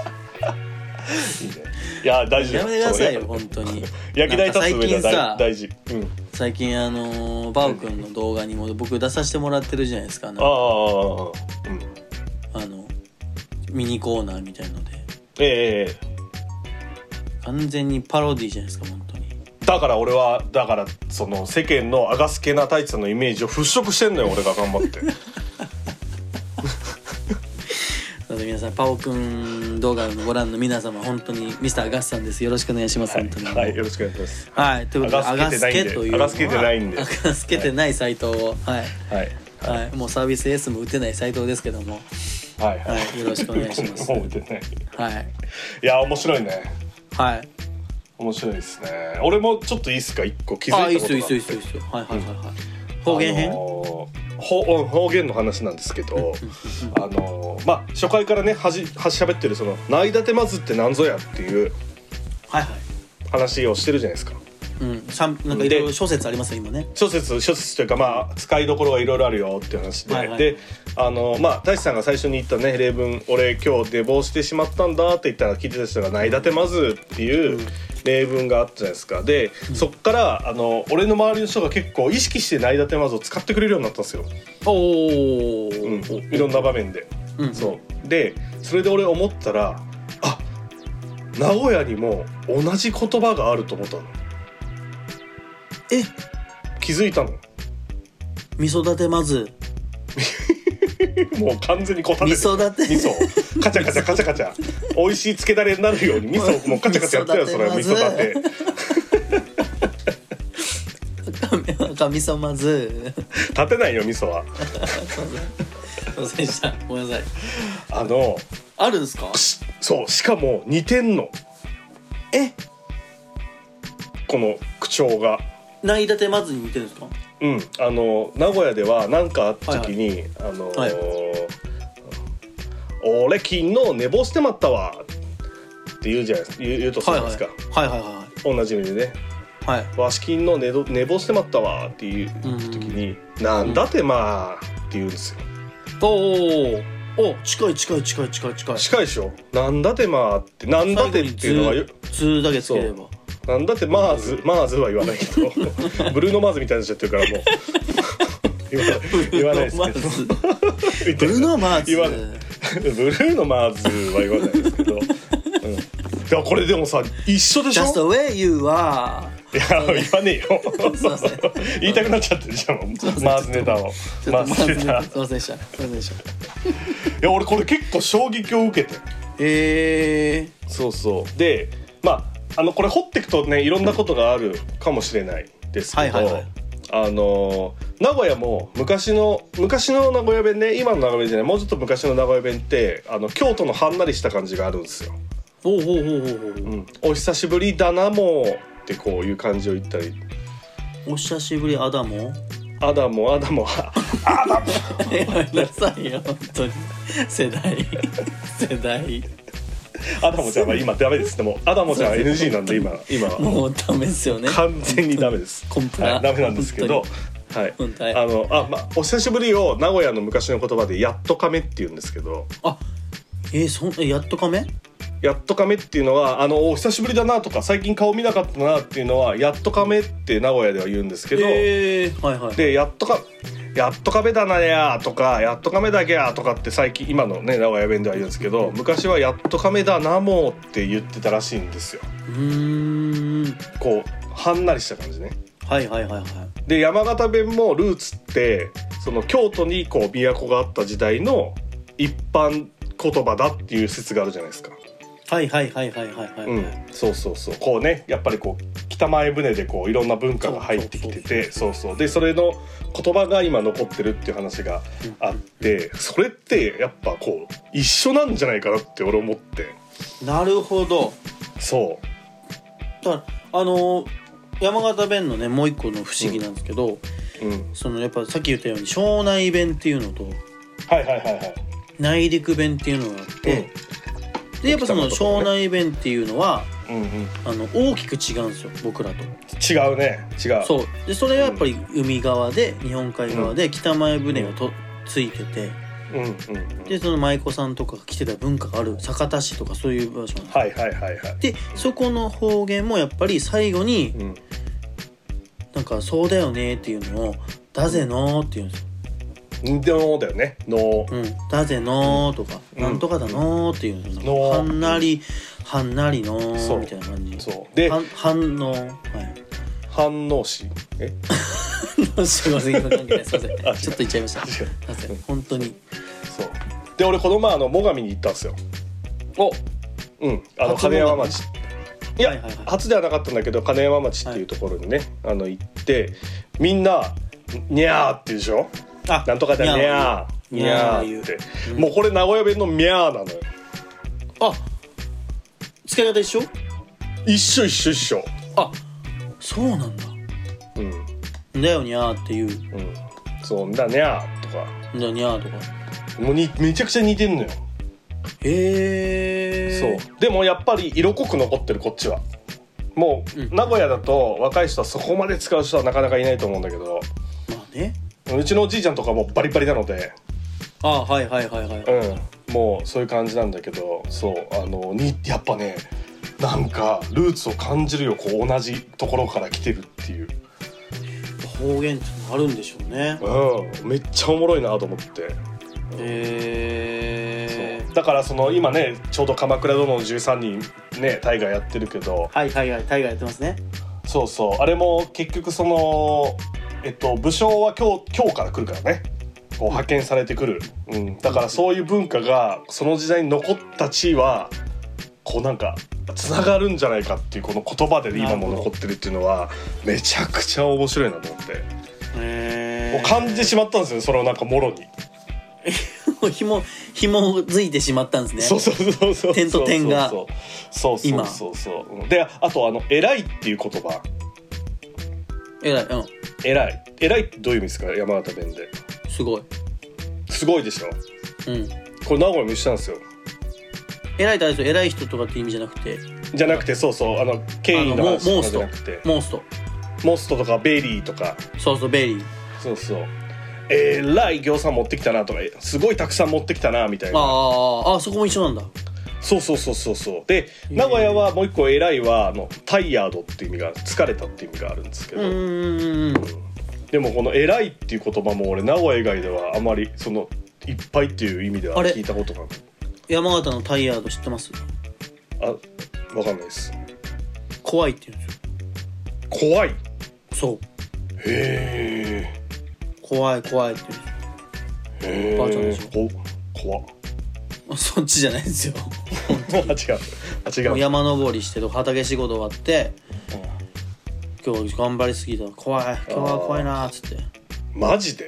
いや大事だ
やめてくださいよ
そう
本当に
焼き台立つ上で
な
は
んか
大
最
大事うん
最近あのーバウ君の動画にも僕出させてもらってるじゃないですかあ
ああ
の
うん
あのミニコーナーみたいので
ええ
完全にパロディじゃないですか本当に
だから俺はだからその世間のアガスケな太一さんのイメージを払拭してんのよ俺が頑張って
なので皆さんパオ君動画のご覧の皆様本当にミスターガスさんですよろしくお願いします、本当に
はいよろしくお願いします
はい、ということで、ア
ア
ガ
ガ
ス
ス
ケ
ケ
と
てないんで
いう。
アガスケてないんで
アガスケてない斎藤を、はい、
はい
はい、もうサービスエースも打てない斎藤ですけども。
はい
はい、よろしくお願い します。
もう
は
出てない
い、
いや面白いね
はい。
面白いですね俺もちょっといいっすか一個気づいたことが
あ、
あ
いいっ
っ
す
て
よ、いいっすよ、いいっすよ、いいっすよ。はい、はい、はい、はい。方言編。
あのー方方言の話なんですけどあのーまあ初回からねはじはしゃべってるその「内立てまずってなんぞや」っていう
はい、はい。
話をしてるじゃないですか
うん、さん、なんかいろいろ諸説ありますよ、今ね。
諸説諸説というかまあ使いどころがいろいろあるよっていう話で、
はいはい
であのまあ大志さんが最初に言ったね例文「俺今日寝坊してしまったんだ」って言ったら聞いてた人が「ないだてまず」っていう例文があったじゃないですかでそっからあの俺の周りの人が結構意識して「ないだてまず」を使ってくれるようになったんですよ、
おお。
うん、いろんな場面で。
うん、そう。
そうでそれで俺思ったらあ名古屋にも同じ言葉があると思ったの
え、
気づいたの
味噌だてまず。
もう完全にこた
味
てて
噌だて。
味噌をカチャカチャカチャカチャ美味しいつけだれになる ように味噌をもうカチャカチャやったよそれは味噌だて
赤味噌まず。
立てないよ味噌は
すいませんでした。ごめんなさい。
あの
あるんですか。
しそうしかも似てんの
え、
この口調が
ないだてまずに似てるんですか。
うんあの名古屋では何かあった時に、あのー
はい
俺昨日寝坊してまったわ」って言うじゃないですか言う言うとするじゃないですか、
はいはいは
同じ意味でね
いはい。はい。
「わし昨日寝ど寝坊してまったわ」っていう時に「なんだってまあ」って言うんですよ
おーおー近い近い近い近い近い。
近いでしょ「なんだてまあ」って「なんだて」っていうのはよ
「つ」だけつければ
「 なんだってまあず」「まあず」は言わないけどブルーノ・マーズみたいになっちゃってるからもう言わないです
ブルーノマ
け ど
ーズ
言っ
ブ
て
ルーノマー
言わない
ズ
ブルーのマーズは言わないですけど、うん、いやこれでもさ一緒でしょ
Just the way you are
いや言わねえよ
すいません
言いたくなっちゃってるじゃんマーズネタを
ちょ
マ
っとま
ーズ
ずい
ネ
すい
タ
ま
い
せんでしたすいませんでした
や俺これ結構衝撃を受けて
え
そうそうでまああのこれ掘っていくとねいろんなことがあるかもしれないですけど、
はいはいはい
あのー名古屋も昔の昔の名古屋弁ね今の名古屋弁じゃないもうちょっと昔の名古屋弁ってあの京都のはんなりした感じがあるんですよ。
ー、ほうほうほうほうほ
うん、お久しぶりだなもうってこういう感じを言ったり
うお久しぶりアダモ
アダ モアダモ
やめなさいよ本当に世代世代
アダモちゃんは今ダメですでもアダモちゃんは NG なんで今 今は
もうダメですよね
完全にダメです。
コンプ
は
ラ
い、ダメなんですけど
本。
はい、
本当に
あのあ、まあ、お久しぶりを名古屋の昔の言葉で「やっとかめ」って言うんですけど
あえー、そんえやっとかめ
「やっとかめ」っていうのは「あのお久しぶりだな」とか「最近顔見なかったな」っていうのは「やっとかめ」って名古屋では言うんですけど、
えー、はいはい
で「やっとか」やっとかめだなやとかやっとかめだけやとかって最近今のね名古屋弁では言うんですけど昔はやっとかめだなもうって言ってたらしいんですよ
うーん
こうはんなりした感じね
はいはいはいはい
で山形弁もルーツってその京都にこう都があった時代の一般言葉だっていう説があるじゃないですか。
はいはいはいはいはいはい、
うん、そうそうそうこうねやっぱりこう北前船でこういろんな文化が入ってきててそうそうでそれの言葉が今残ってるっていう話があってそれってやっぱこう一緒なんじゃないかなって俺思って
なるほど
そ
だからあのー山形弁のねもう一個の不思議なんですけど、
う、うん、
そのやっぱさっき言ったように庄内弁っていうのと
はいはいはいはい
内陸弁っていうのがあって、でやっぱその
沖縄
庄
のとこ
内弁っていうのは
うんうん、
あの大きく違うんですよ僕らと。
違うね違う
そうでそれはやっぱり海側で日本海側で北前船がと、ついてて
う、うんうんうん、
でその舞妓さんとかが来てた文化がある酒田市とかそういう場所なんです
はいはいはいはい、
でそこの方言もやっぱり最後に
うん、
なんか「そうだよね」っていうのを「だぜの」って言うんですよ。
のだよねの、
うん、だぜのーとか、
うん
なんとかだのーっていう
の
の
ー
はんなりはんなりの
そ
ー
う
みたいな感じ
そうで
はんはんのーはい
反応詞え
すいません今関係ないすいません
あ
ちょっと言っちゃいましたす
違う
いません本当に
そうで俺この前あの最上に行ったんですよおうんあの金
初最上
山町いや、
はいはいはい
初ではなかったんだけど金山町っていうところにね、あの行ってみんな「にゃー」って言うでしょ
あ
なんとかだよにゃー
に
にゃ
ゃー
ーって
言う
もうこれ名古屋弁の「みゃー」なのよ
あ使い方一緒
一緒一緒一緒
あそうなんだ
うんうん
だよにゃーっていうん
そう「だにゃー」とか
だにゃーとか
もうにめちゃくちゃ似てんのよ
へえ
そうでもやっぱり色濃く残ってるこっちはもう、
うん
名古屋だと若い人はそこまで使う人はなかなかいないと思うんだけど
まあね
うちのおじいちゃんとかもバリバリなので、
あはいはいはいはい、
うん、もうそういう感じなんだけどそうあのにやっぱねなんかルーツを感じるよこう同じところから来てるっていう、
方言ってのあるんでしょうね
うん、めっちゃおもろいなと思って。
へえ
そうだからその今ねちょうど「鎌倉殿の13人」ね大河やってるけど
はいはいはいタイガーやってますね
そうそうあれも結局そのえっと武将は今日今日から来るからねこう派遣されてくる、うん、だからそういう文化がその時代に残った地位はこうなんかつながるんじゃないかっていうこの言葉で今も残ってるっていうのはめちゃくちゃ面白いなと思って、
へ
もう感じてしまったんですよねそれをなんかもろに、
もう紐紐づいてしまったんですね
そうそうそうそう
点と点が
そうそうそうそうそうそうであとあの「偉い」っていう言葉
えらいうん
「偉い」「偉い」ってどういう意味ですか山形弁です
ごい
すごいでしょ
うん
これ名古屋も一緒なんですよ
えらいってあれですよ偉い人とかって意味じゃなくて
じゃなくてそうそうあの権威の
モ
話と
ー
か
ス
じゃ
ト
なくて
モースト
モストとかベリーとか
そうそうベリー
そうそうえらい餃子持ってきたなとかすごいたくさん持ってきたなみたい
あ
な
あああそこも一緒なんだ
そうそうそうそうそうで名古屋はもう一個「えらい」はあの「タイヤード」っていう意味が「疲れた」っていう意味があるんですけ
う
ど、
ーん
でもこの「偉い」っていう言葉も俺名古屋以外ではあまりその「いっぱい」っていう意味では
あれ
聞いたことが
山形のタイヤード知ってます
あわかんないです
怖いって言うんですよ
怖いへ
そう
え
怖い怖いって言うんで
へ
ばあちゃんでし
こ怖っ
すよ そっちじゃないんですよ
あ違うあ違
も
う
う山登りしてとか畑仕事終わって今日頑張りすぎた怖い今日は怖いなーっつって
マジで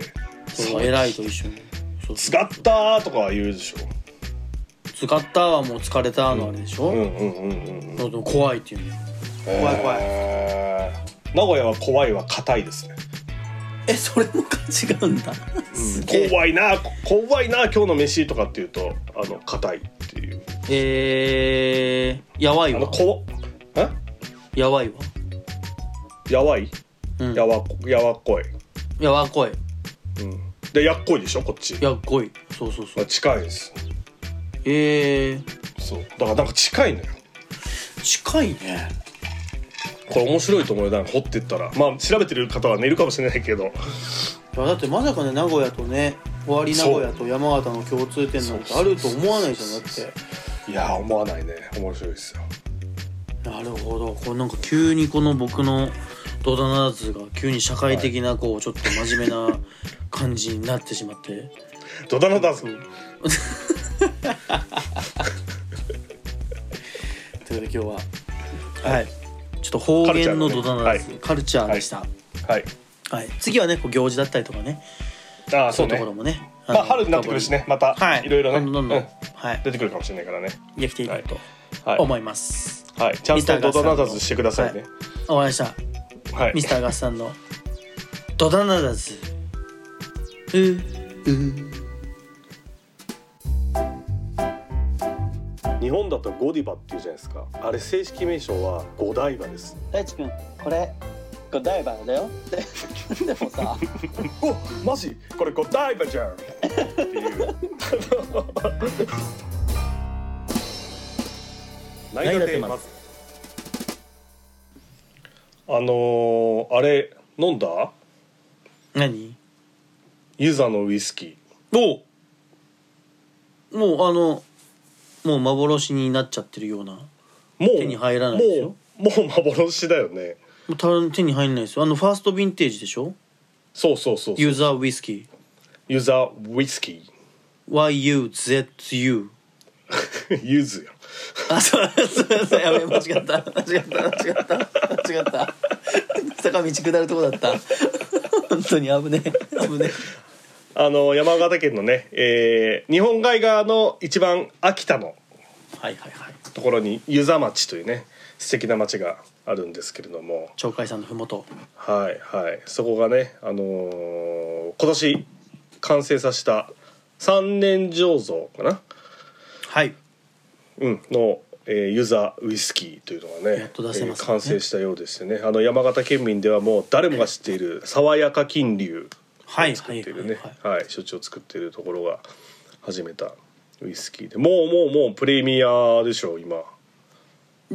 そう偉いと一緒にそう
使ったーとかは言うでしょ
使ったはもう疲れたのあれでしょ、
うんうんうんうん
そうでも怖いっていうの怖い怖い
へー名古屋は怖いは硬いですね
えそれも違うんだ、すげえ
怖いなこ怖いな今日の飯とかっていうとあの硬いっていう
えー、やばい
あの
わ
こえ
やばいわ
やわい、
うん
やわやわっこい、
やわこい
うん、でやっこいでしょこっち
やっこいそうそうそ
まあ
う
近いです
えー、
そうだからなんか近いのよ
近いね
これ面白いと思うよだから掘ってったらまあ調べてる方はねいるかもしれないけど
いやだってまさかね名古屋とね終わり名古屋と山形の共通点なんてあると思わないじゃんだって
いやー思わないね面白いですよ
なるほどこれなんか急にこの僕のドダナーズが急に社会的なこうちょっと真面目な感じになってしまって
ドダナダンス
そうということで今日ははいちょっと方言のドダナーズカルチャーでした、はい
はい
次はねこう行事だったりとかね
ああ
そ
そうう
いう
ね
ところもね
まあ春になってくるしねまた、、
はいい
ろいろね
どんどんどんどん
うん
はい
出てくるかもしれないからね
やっていこうと
はい、
思います、
はい、ちゃん
ミスター
と
ガス
ド
さんの
ダナダンスしてくださいね
わかりました
はい、
ミスターガスさんのドダナダズうう
日本だとゴディバっていうじゃないですかあれ正式名称はゴダイバです
大地君これこれダイバーだよでもさ
おマジこれゴダイバじゃんっていう
何が出ます
あのー、あれ飲んだ
何
ユーザーのウイスキ
おもうあのもう幻になっちゃってるような
ーもう
手に入らないでしょ
もうもう幻だよね
もうた手に入んないですよあのファーストヴィンテージでしょ
そうそうそう
ユーザーウイスキ
ユーザーウイス キ
ー YUZU
ーユーズや
あ、そう、そう、そう、やべえ、間違った、間違った、間違った、間違った。坂道下るとこだった。本当に危ねえ、危ね
あの山形県のね、えー日本海側の一番秋田の
え。はいはいはい。
ところに湯沢町というね素敵な町があるんですけれども
鳥海山のふもと。
はいはいそこがね、あのー今年完成させた三年醸造かな、
はい。
うん、の、えー、ユーザーウイスキーというのがね
やっと出せます
え
ね
ー完成したようでしてねあの山形県民ではもう誰もが知っている爽やか金龍
はい
作
は
っ
い
て
はいい、
る
は
ね。
い
はい処置を作っているところが始めたウイスキーでもうもうもうプレミアでしょ今
い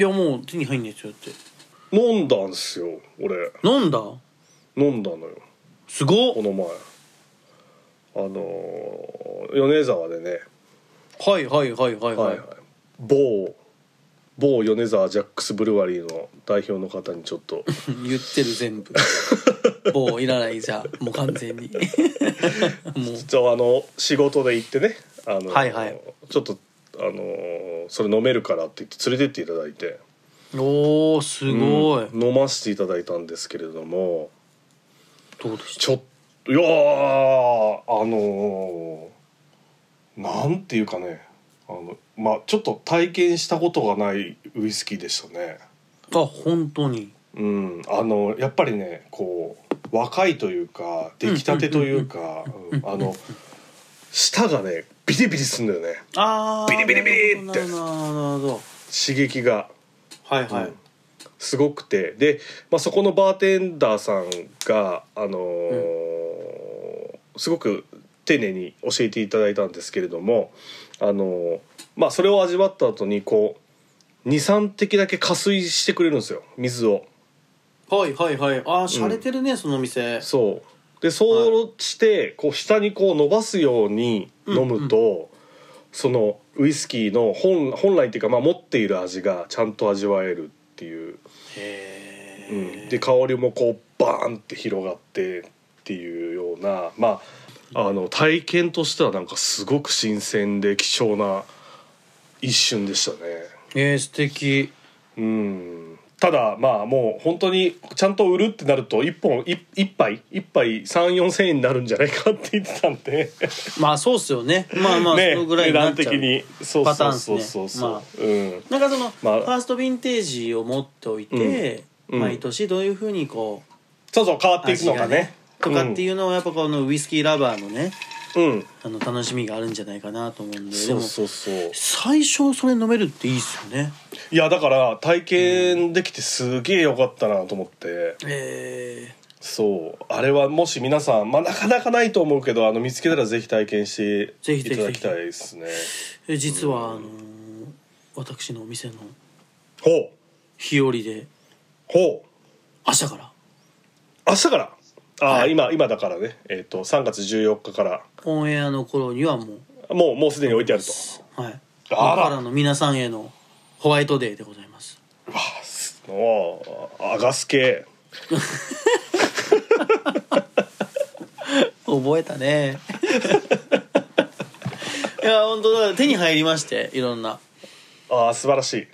や、もう手に入んないですよって。
飲んだんすよ俺
飲んだ。
飲んだのよ
すごっ
こ。の前あのー米沢でね、
はいはいはいはい
は
はい
は
い
い。、某某米沢ジャックスブルワリーの代表の方にちょっと
言ってる 全部。もういらないじゃん、もう完全に。もう。
ちょあの仕事で行ってねあのー、
はいはい
ちょっとあのーそれ飲めるからって言って連れてっていただいて
おー、すごい。
うん飲ませていただいたんですけれども
どうでした。
ちょっといやーあのーなんていうかねあのまあちょっと体験したことがないウイスキーでしたね。
あ、本当に。
うん、あのやっぱりねこう若いというか出来たてというかうんあの舌がねビリビリすんだよね
あー。
ビリビリビリって
なるほどなるほど。
刺激が。
はいはい。
うんすごくてで、まあ、そこのバーテンダーさんが、あのーすごく丁寧に教えていただいたんですけれども、あのーまあ、それを味わった後にこう23滴だけ加水してくれるんですよ水を。
はいはいはいああ洒落てるね、その店
そうでそうしてこう下にこう伸ばすように飲むと、そのウイスキーの本本来っていうか、まあ、持っている味がちゃんと味わえるっていう、
へ
うんで香りもこうバーンって広がってっていうようなまああの体験としてはなんかすごく新鮮で貴重な一瞬でしたね。
えー、素敵
うんただまあもう本当にちゃんと売るってなると1本い一杯一杯34,000円になるんじゃないかって言ってたんで
まあそうっすよねま あまあそ
ね
のぐら
値
いになっ
段
ちゃ
的
う、
にそう
パター
そ
ン
う
っす
そ
ね
うそうそう、
ま
うん
なんかその、
まあ
ファーストヴィンテージを持っておいて、
うんうん
毎年どういうふうにこう
そうそう変わっていく
味
の
が
が
ね
ね
とかっていうのはやっぱこのウイスキーラバーのね
うん、うん、
あの楽しみがあるんじゃないかなと思うんでで
そう
も
そうそう
最初それ飲めるっていいっすよね
いやだから体験できてすげえよかったなと思って
え
そうあれはもし皆さんまあなかなかないと思うけどあの見つけたらぜひ体験して
ぜ
い
ひぜひ
ただきたいですね
ーえ実はあのー私のお店の
ほう
日和で
ほう
明日から
明日からああ、
はい
今今だからねえっ、と3月14日から
オンエアの頃にはもう
もうもうすでに置いてあると
はい
あら
僕からの皆さんへのホワイトデーでございます
うわあすおああがすけ
覚え たねいや本当だから手に入りましていろんな
ああ素晴らし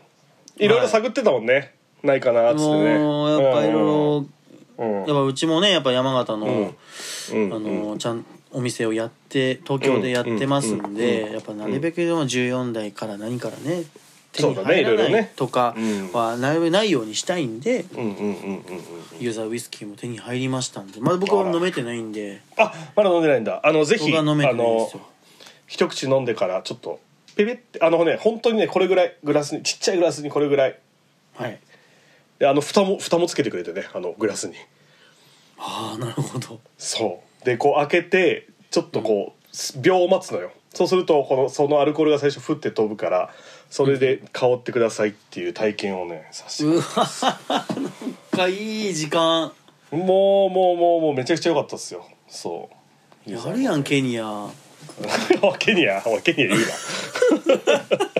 いいろいろ探ってたもんね、ないかなっつってね
もうやっぱいろい
うんうんうん
ろやっぱうちもねやっぱ山形の、
うんうん
あのちゃんお店をやって東京でやってますんで、
うんうん
やっぱなるべくでも14台から何からね手
そ
に
うだね
入ら
いろいろ
ない
ね
とか
うん
はなるべくないようにしたいんで、
うんうんうんうんうん
ユーザーウイスキーも手に入りましたんでまだ僕は飲めてないんで
あまだ飲んでないんだあのぜ
僕
ひあ
は飲めてないんで
の
すよ
一口飲んでからちょっとペペってあのね本当にねこれぐらいグラスにちっちゃいグラスにこれぐらい
はい
であの蓋も蓋もつけてくれてねあのグラスに
ああなるほど
そうでこう開けてちょっとこう、秒を待つのよそうするとこのそのアルコールが最初ふって飛ぶからそれで香ってくださいっていう体験をねさせて
うわなんかいい時間
もうもうもうもうめちゃくちゃ良かったっすよそう
やるやんケニア
おケニアおいケニア言うな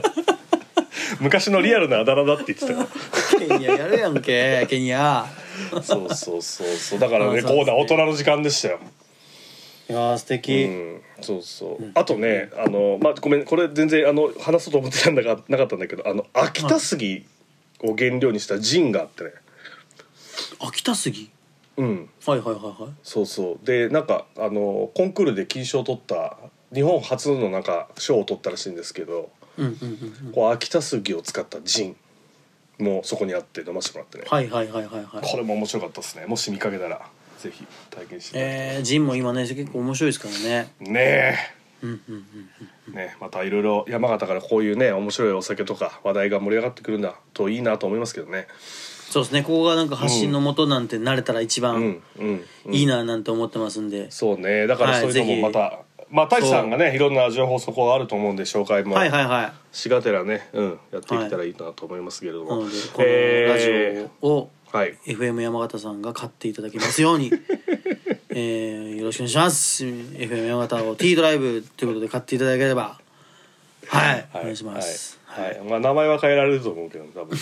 昔のリアルなあだ名だって言ってたから
ケニアやるやんけケニア
そうそうそうそうだからね
あそ
こう
うですね
な大人の時間でしたよ
いやー素敵、
うんそうそう、あとねあのまあごめんこれ全然あの話そうと思ってたんだがなかったんだけどあの秋田杉を原料にしたジンがあってね
秋田杉
うん
はいはいはいはい
そうそうでなんかあのコンクールで金賞を取った日本初のなんか賞を取ったらしいんですけど
うんうんうんうん
こう秋田杉を使ったジンもそこにあって飲ませてもらってね、
はいはいはいはいはい
これも面白かったですねもし見かけたらぜひ体験していただきたい
えー、ジンも今ね結構面白いですからね
ねえ
うんうんうん
ね、またいろいろ山形からこういうね面白いお酒とか話題が盛り上がってくるんだといいなと思いますけどね
そうですねここがなんか発信の元なんて慣れたら一
う
番
んうん、うん、
いいななんて思ってますんで、
そうねだから
はい
そういうの
ぜ
も
ひ
また、まあ太一さんがねいろんな情報そこがあると思うんで紹介も
はいはいはい
しがてらね、うん、やっていけたらいいなと思いますけれど
な
も、
のでこのラジオを、
オはい
FM 山形さんが買っていただきますよ うにえー、よろしくお願いします FM 山形を T ドライブということで買っていただければはい、お願いします、
はい、はいまあ名前は変えられると思うけど多 分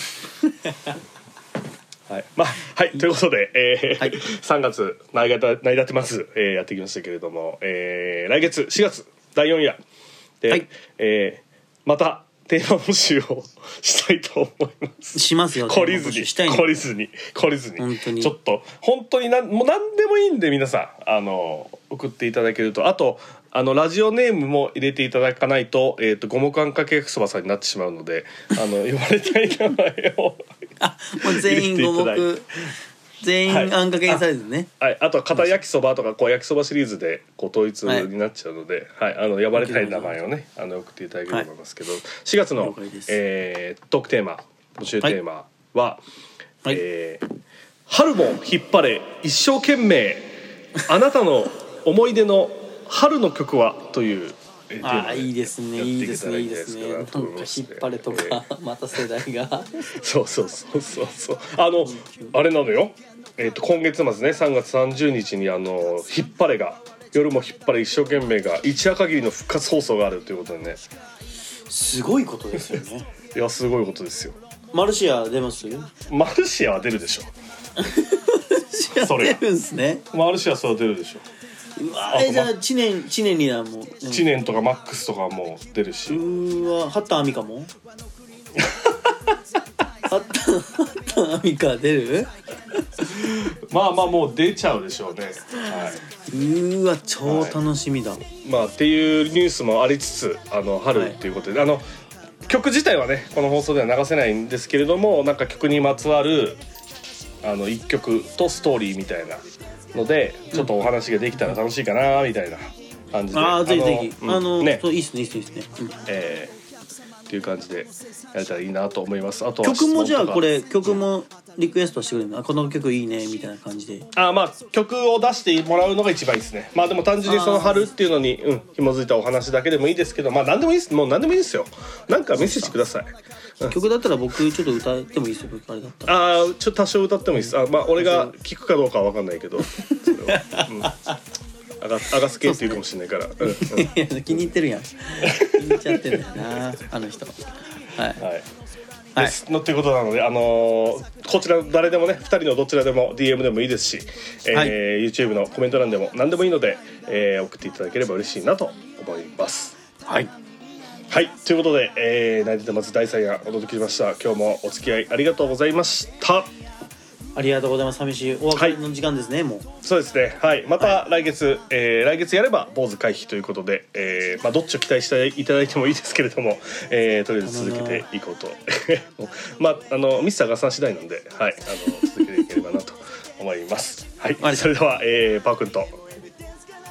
はいまあはいということで、えー
はい
3月成り立て成り立てます、えーやってきましたけれども、えー来月4月第4夜で、
はい
えーまたテーマ募集をしたいと思います
しますよ
懲りず
テーマ募集
に
したいんで
懲りずに懲りずに
本当に
ちょっと本当になんもう何でもいいんで皆さんあの送っていただけるとあとあのラジオネームも入れていただかないと,、えー、と五目あんかけ焼きそばさんになってしまうのであの呼ばれたい名前を、
あもう全員五
入れていただい
目全員あんかけにされてね、
はい、あとは片焼きそばとかこう焼きそばシリーズでこう統一になっちゃうので、はいあの呼ばれたい名前をねあの送っていただければと思いますけど、4月
了
の
解です、
えートークテーマ募集テーマは、
はい
えー春も引っ張れ一生懸命あなたの思い出の春の曲はというえー
ああ
テーマで
いいですね
やって
いい
け
です
たら
ねいい
んじ
で
ゃな
す
か
ねなん
と
か
思います
引っ張ると
えー
かまた世代が
そうそうそうそうそうあのあれなのよえっ、と今月末ね3月30日にあの「引っ張れが」夜も引っ張れ一生懸命が一夜限りの復活放送があるということでね
すごいことですよ ね
いやすごいことですよ
マルシア出ます
マルシアは出るでしょそれ
出るんすね
マルシアはそれは出るでしょ
うわえじゃあ知念知念にはもう
知念とかマックスとかも出る
う
し
ーわ畑アミカも 畑畑アミカ出る
まあまあもう出ちゃうでしょうねはいう
ーわ超楽しみだ、
まあっていうニュースもありつつあの
はい
春っていうことで、あの曲自体はねこの放送では流せないんですけれどもなんか曲にまつわるあの一曲とストーリーみたいなのでちょっとお話ができたら楽しいかなみたいな感じで、
ああぜひぜひあ
うん
の,、
ね
そういいっすねいいっすねいいっすね、うん
えーっていう感じでやれたらいいなと思いますあとは
曲もじゃあ
質問とか
これ曲もリクエストしてくれるのあこの曲いいねみたいな感じで
あーまあ曲を出してもらうのが一番いいですねまあでも単純にその春っていうのにうん紐づいたお話だけでもいいですけどまあ何でもいいですもう何でもいいですよなんかメッセージください
曲だったら僕ちょっと歌ってもいいですよ僕あれだったら
ああちょっと多少歌ってもいいですあまあ俺が聞くかどうかは分かんないけどそれはうんあがあがすけって言うかもしれないから、うんうん
いや 気に入ってるやん気に入っちゃってんだよなあの人はい
はい
はい
ですのってことなので、あのーこちら誰でもね2人のどちらでも DM でもいいですし、えー
はい
YouTube のコメント欄でも何でもいいので、えー送っていただければ嬉しいなと思います。
はい
はいということで「えー、ナイトでまず第3夜」お届けしました今日もお付き合いありがとうございました
ありがとうございます寂しいお別れの時間ですね、もう
そうですねはいまた来月、えー来月やれば坊主回避ということで、えーまあ、どっちを期待していただいてもいいですけれども、えーとりあえず続けていこうと まああのミスターがさん次第なんではいあの続けていければなと思い ますはい、
はい
それでは、えー、パー君と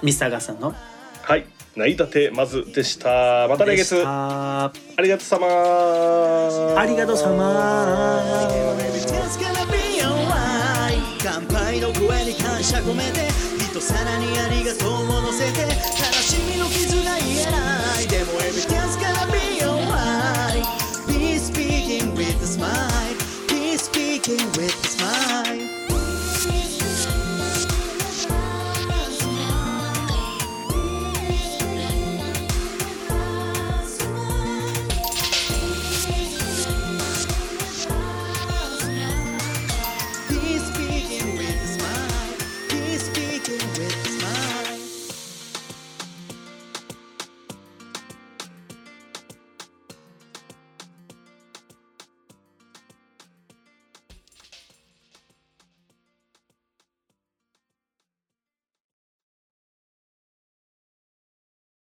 ミスターガーさんの
はいナイタテまずでしたまた来
で
月
した
あ
あ
りがとうさま
りがとうさま
It's gonna be alright 乾杯の声に感謝込めて一皿にありがとうを乗せて悲しみの傷が癒えない